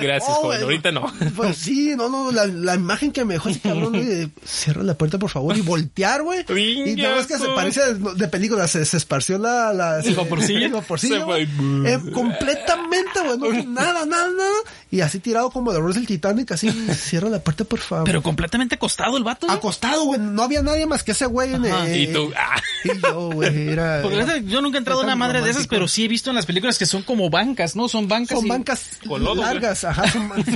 [SPEAKER 1] Gracias,
[SPEAKER 2] güey,
[SPEAKER 1] joven, ahorita no.
[SPEAKER 2] Pues sí, no, no, la, la imagen que me dejó ese cabrón, güey, de cierra la puerta, por favor, y voltear, güey. Y nada más que se
[SPEAKER 1] Ringazo.
[SPEAKER 2] parece de, de película, se, se esparció la... la
[SPEAKER 3] El vaporcillo.
[SPEAKER 2] el vaporcillo,
[SPEAKER 1] Se
[SPEAKER 2] güey.
[SPEAKER 1] fue.
[SPEAKER 2] Eh, completamente, güey, no, nada, nada, nada. Y así tirado como de errores del Titanic, así cierra la puerta, por favor.
[SPEAKER 3] Pero completamente acostado el
[SPEAKER 2] Ah,
[SPEAKER 3] vato. ¿eh? güey.
[SPEAKER 2] Acostado, güey. No había nadie más que ese güey en
[SPEAKER 3] Ajá.
[SPEAKER 2] el.
[SPEAKER 1] Y tú, ah.
[SPEAKER 2] Y yo, güey. Era.
[SPEAKER 3] Porque la neta, yo nunca he entrado a una
[SPEAKER 2] Tan
[SPEAKER 3] madre de esas,
[SPEAKER 2] romántico.
[SPEAKER 3] pero sí he visto en las películas que son como bancas, ¿no? Son bancas.
[SPEAKER 2] Son
[SPEAKER 3] y-
[SPEAKER 2] bancas
[SPEAKER 1] Con lodo, güey.
[SPEAKER 2] largas, ajá, son bancas.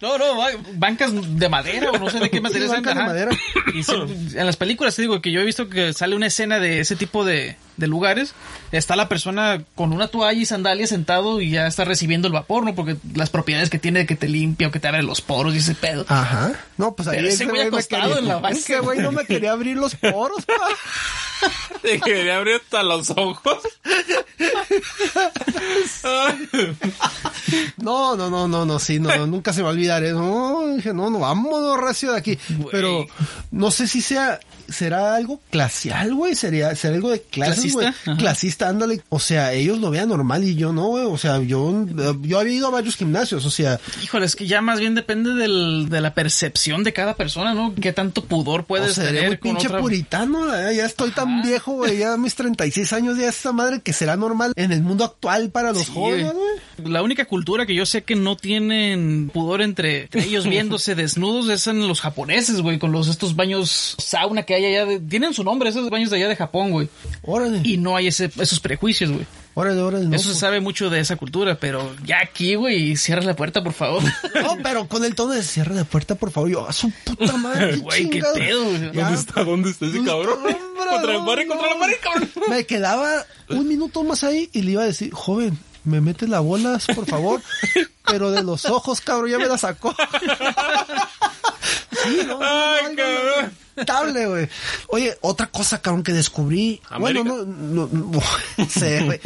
[SPEAKER 3] No, no, ba- bancas de madera o no sé de qué material
[SPEAKER 2] Sí, bancas
[SPEAKER 3] sean,
[SPEAKER 2] de
[SPEAKER 3] ajá.
[SPEAKER 2] madera.
[SPEAKER 3] Y son- en las películas, te digo, que yo he visto que sale una escena de ese tipo de, de lugares. Está la persona con una toalla y sandalias sentado y ya está recibiendo el vapor, ¿no? Porque las propiedades que tiene de que te limpia o que te abre los poros y ese pedo.
[SPEAKER 2] Ajá. No, pues ahí
[SPEAKER 3] Pero ese güey
[SPEAKER 2] me
[SPEAKER 3] acostado
[SPEAKER 2] quería-
[SPEAKER 3] en la banca.
[SPEAKER 2] Ese güey no me quería abrir los poros, pa.
[SPEAKER 1] Te quería abrir hasta los ojos.
[SPEAKER 2] No, no, no, no, no, sí, no, no, nunca se me va a olvidar eso. No, dije, no, no, vámonos recio de aquí. Pero no sé si sea, será algo clasial, güey, sería, será algo de clases, güey.
[SPEAKER 3] ¿Clasista? Ajá.
[SPEAKER 2] Clasista, ándale. O sea, ellos lo vean normal y yo no, güey. O sea, yo, yo había ido a varios gimnasios, o sea,
[SPEAKER 3] Híjole, es que ya más bien depende del, de la percepción de cada persona, ¿no? Qué tanto pudor
[SPEAKER 2] o
[SPEAKER 3] puedes
[SPEAKER 2] sea,
[SPEAKER 3] tener
[SPEAKER 2] sería muy
[SPEAKER 3] con
[SPEAKER 2] pinche
[SPEAKER 3] otra-
[SPEAKER 2] puritano, la verdad, ya estoy tan viejo, güey, ya mis 36 años, ya esa madre que será normal en el mundo actual para los
[SPEAKER 3] Sí,
[SPEAKER 2] jóvenes,
[SPEAKER 3] güey.
[SPEAKER 2] güey.
[SPEAKER 3] La única cultura que yo sé que no tienen pudor entre, entre ellos viéndose desnudos es en los japoneses, güey, con los estos baños sauna que hay allá. de- tienen su nombre, esos baños de allá de Japón, güey.
[SPEAKER 2] Órale,
[SPEAKER 3] Y no hay ese, esos prejuicios, güey.
[SPEAKER 2] órale, órale. no,
[SPEAKER 3] Eso se
[SPEAKER 2] pues.
[SPEAKER 3] sabe mucho de esa cultura, pero ya aquí, güey, cierra la puerta, por favor.
[SPEAKER 2] No, pero con el tono de cierre de puerta, por favor. Yo, a su puta madre.
[SPEAKER 3] Güey, qué
[SPEAKER 2] chingado.
[SPEAKER 3] pedo, güey.
[SPEAKER 2] Ya.
[SPEAKER 1] ¿Dónde está? ¿Dónde está ese
[SPEAKER 2] Ah. ¿Dónde
[SPEAKER 1] cabrón?
[SPEAKER 2] está? Pues, Hombre,
[SPEAKER 1] Contra la
[SPEAKER 2] no,
[SPEAKER 1] pared, contra la
[SPEAKER 2] no.
[SPEAKER 1] pared, cabrón.
[SPEAKER 2] Me quedaba un minuto más ahí y le iba a decir, joven, me metes las bolas, por favor. Pero de los ojos, cabrón, ya me la sacó. Sí, no, no, no,
[SPEAKER 1] Ay,
[SPEAKER 2] algo
[SPEAKER 1] cabrón.
[SPEAKER 2] lamentable, güey. Oye, otra cosa, cabrón, que descubrí.
[SPEAKER 1] América.
[SPEAKER 2] Bueno, no, no, no sé, güey.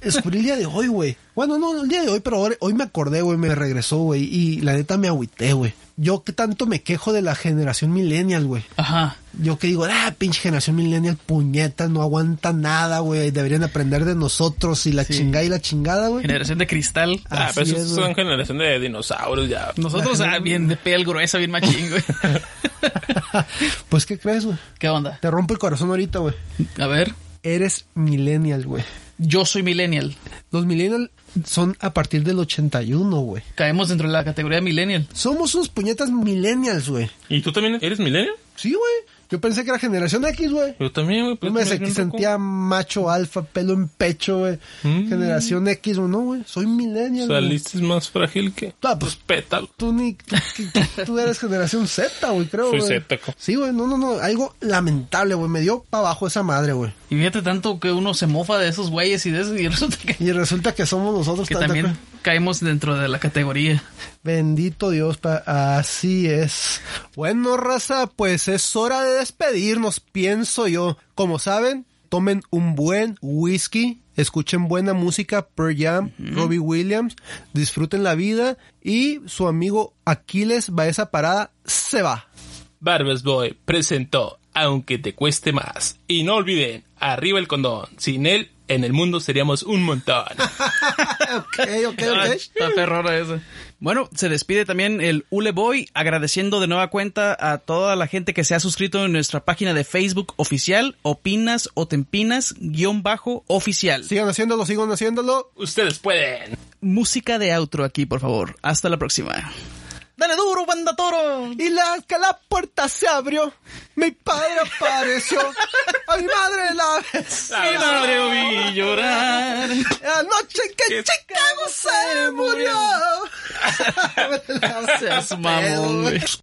[SPEAKER 2] Descubrí el día de hoy, güey. Bueno, no, el día de hoy, pero ahora- hoy me acordé, güey, me regresó, güey. Y la neta me agüité, güey. Yo que tanto me quejo de la generación millennial, güey.
[SPEAKER 3] Ajá.
[SPEAKER 2] Yo que digo, ah, pinche generación millennial, puñetas, no aguanta nada, güey. Deberían aprender de nosotros y la chingada y la chingada, güey.
[SPEAKER 3] Generación de cristal.
[SPEAKER 1] Ah, pero
[SPEAKER 2] Así
[SPEAKER 1] esos
[SPEAKER 2] es,
[SPEAKER 1] son
[SPEAKER 2] güey.
[SPEAKER 1] generación de dinosaurios ya.
[SPEAKER 3] Nosotros, ah, bien de piel gruesa, bien machín, güey.
[SPEAKER 2] Pues, ¿qué crees, güey?
[SPEAKER 3] ¿Qué onda?
[SPEAKER 2] Te rompo el corazón ahorita, güey.
[SPEAKER 3] A ver,
[SPEAKER 2] Eres millennial, güey.
[SPEAKER 3] yo soy millennial.
[SPEAKER 2] Los millennials son a partir del 81, güey.
[SPEAKER 3] Caemos dentro de la categoría millennial.
[SPEAKER 2] Somos unos puñetas millennials, güey.
[SPEAKER 1] ¿Y tú también eres milenio?
[SPEAKER 2] Sí, güey. Yo pensé que era generación X, güey.
[SPEAKER 1] Yo también, güey.
[SPEAKER 2] Yo
[SPEAKER 1] pues,
[SPEAKER 2] me
[SPEAKER 1] también
[SPEAKER 2] sentí-
[SPEAKER 1] un poco.
[SPEAKER 2] sentía macho alfa, pelo en pecho, güey. Generación X, güey. No, güey. Soy millennial, güey.
[SPEAKER 1] Saliste más frágil que
[SPEAKER 2] Ah, pues,
[SPEAKER 1] pues pétalo.
[SPEAKER 2] tú ni tú, tú eres generación Z, güey, creo.
[SPEAKER 1] Soy
[SPEAKER 2] güey.
[SPEAKER 1] Z, co.
[SPEAKER 2] Sí, güey, no, no, no, algo lamentable, güey, me dio para abajo esa madre, güey.
[SPEAKER 3] Y fíjate tanto que uno se mofa de esos güeyes y de eso, y resulta que,
[SPEAKER 2] Y resulta que somos nosotros
[SPEAKER 3] que
[SPEAKER 2] tan-
[SPEAKER 3] también caemos dentro de la categoría.
[SPEAKER 2] Bendito Dios, pa- así es. Bueno, raza, pues es hora de despedirnos, pienso yo. Como saben, tomen un buen whisky, escuchen buena música, Pearl Jam, Robbie Williams, disfruten la vida y su amigo Aquiles Baeza Parada se va.
[SPEAKER 1] Barbers Boy presentó Aunque te cueste más. Y no olviden, arriba el condón. Sin él, en el mundo seríamos un montón.
[SPEAKER 2] Ok, ok,
[SPEAKER 3] Ah,
[SPEAKER 2] ok.
[SPEAKER 3] Está perrona esa. Bueno, se despide también el Ule Boy, agradeciendo de nueva cuenta a toda la gente que se ha suscrito en nuestra página de Facebook oficial, opinas o tempinas, guión bajo oficial.
[SPEAKER 2] Sigan haciéndolo, sigan haciéndolo.
[SPEAKER 1] Ustedes pueden.
[SPEAKER 3] Música de outro aquí, por favor. Hasta la próxima. Dale duro, banda toro.
[SPEAKER 2] Y la que la puerta se abrió, mi padre apareció. A mi madre la besé.
[SPEAKER 3] Mi madre oí llorar.
[SPEAKER 2] La noche en que Chicago se murió.
[SPEAKER 3] Seas mamón, güey.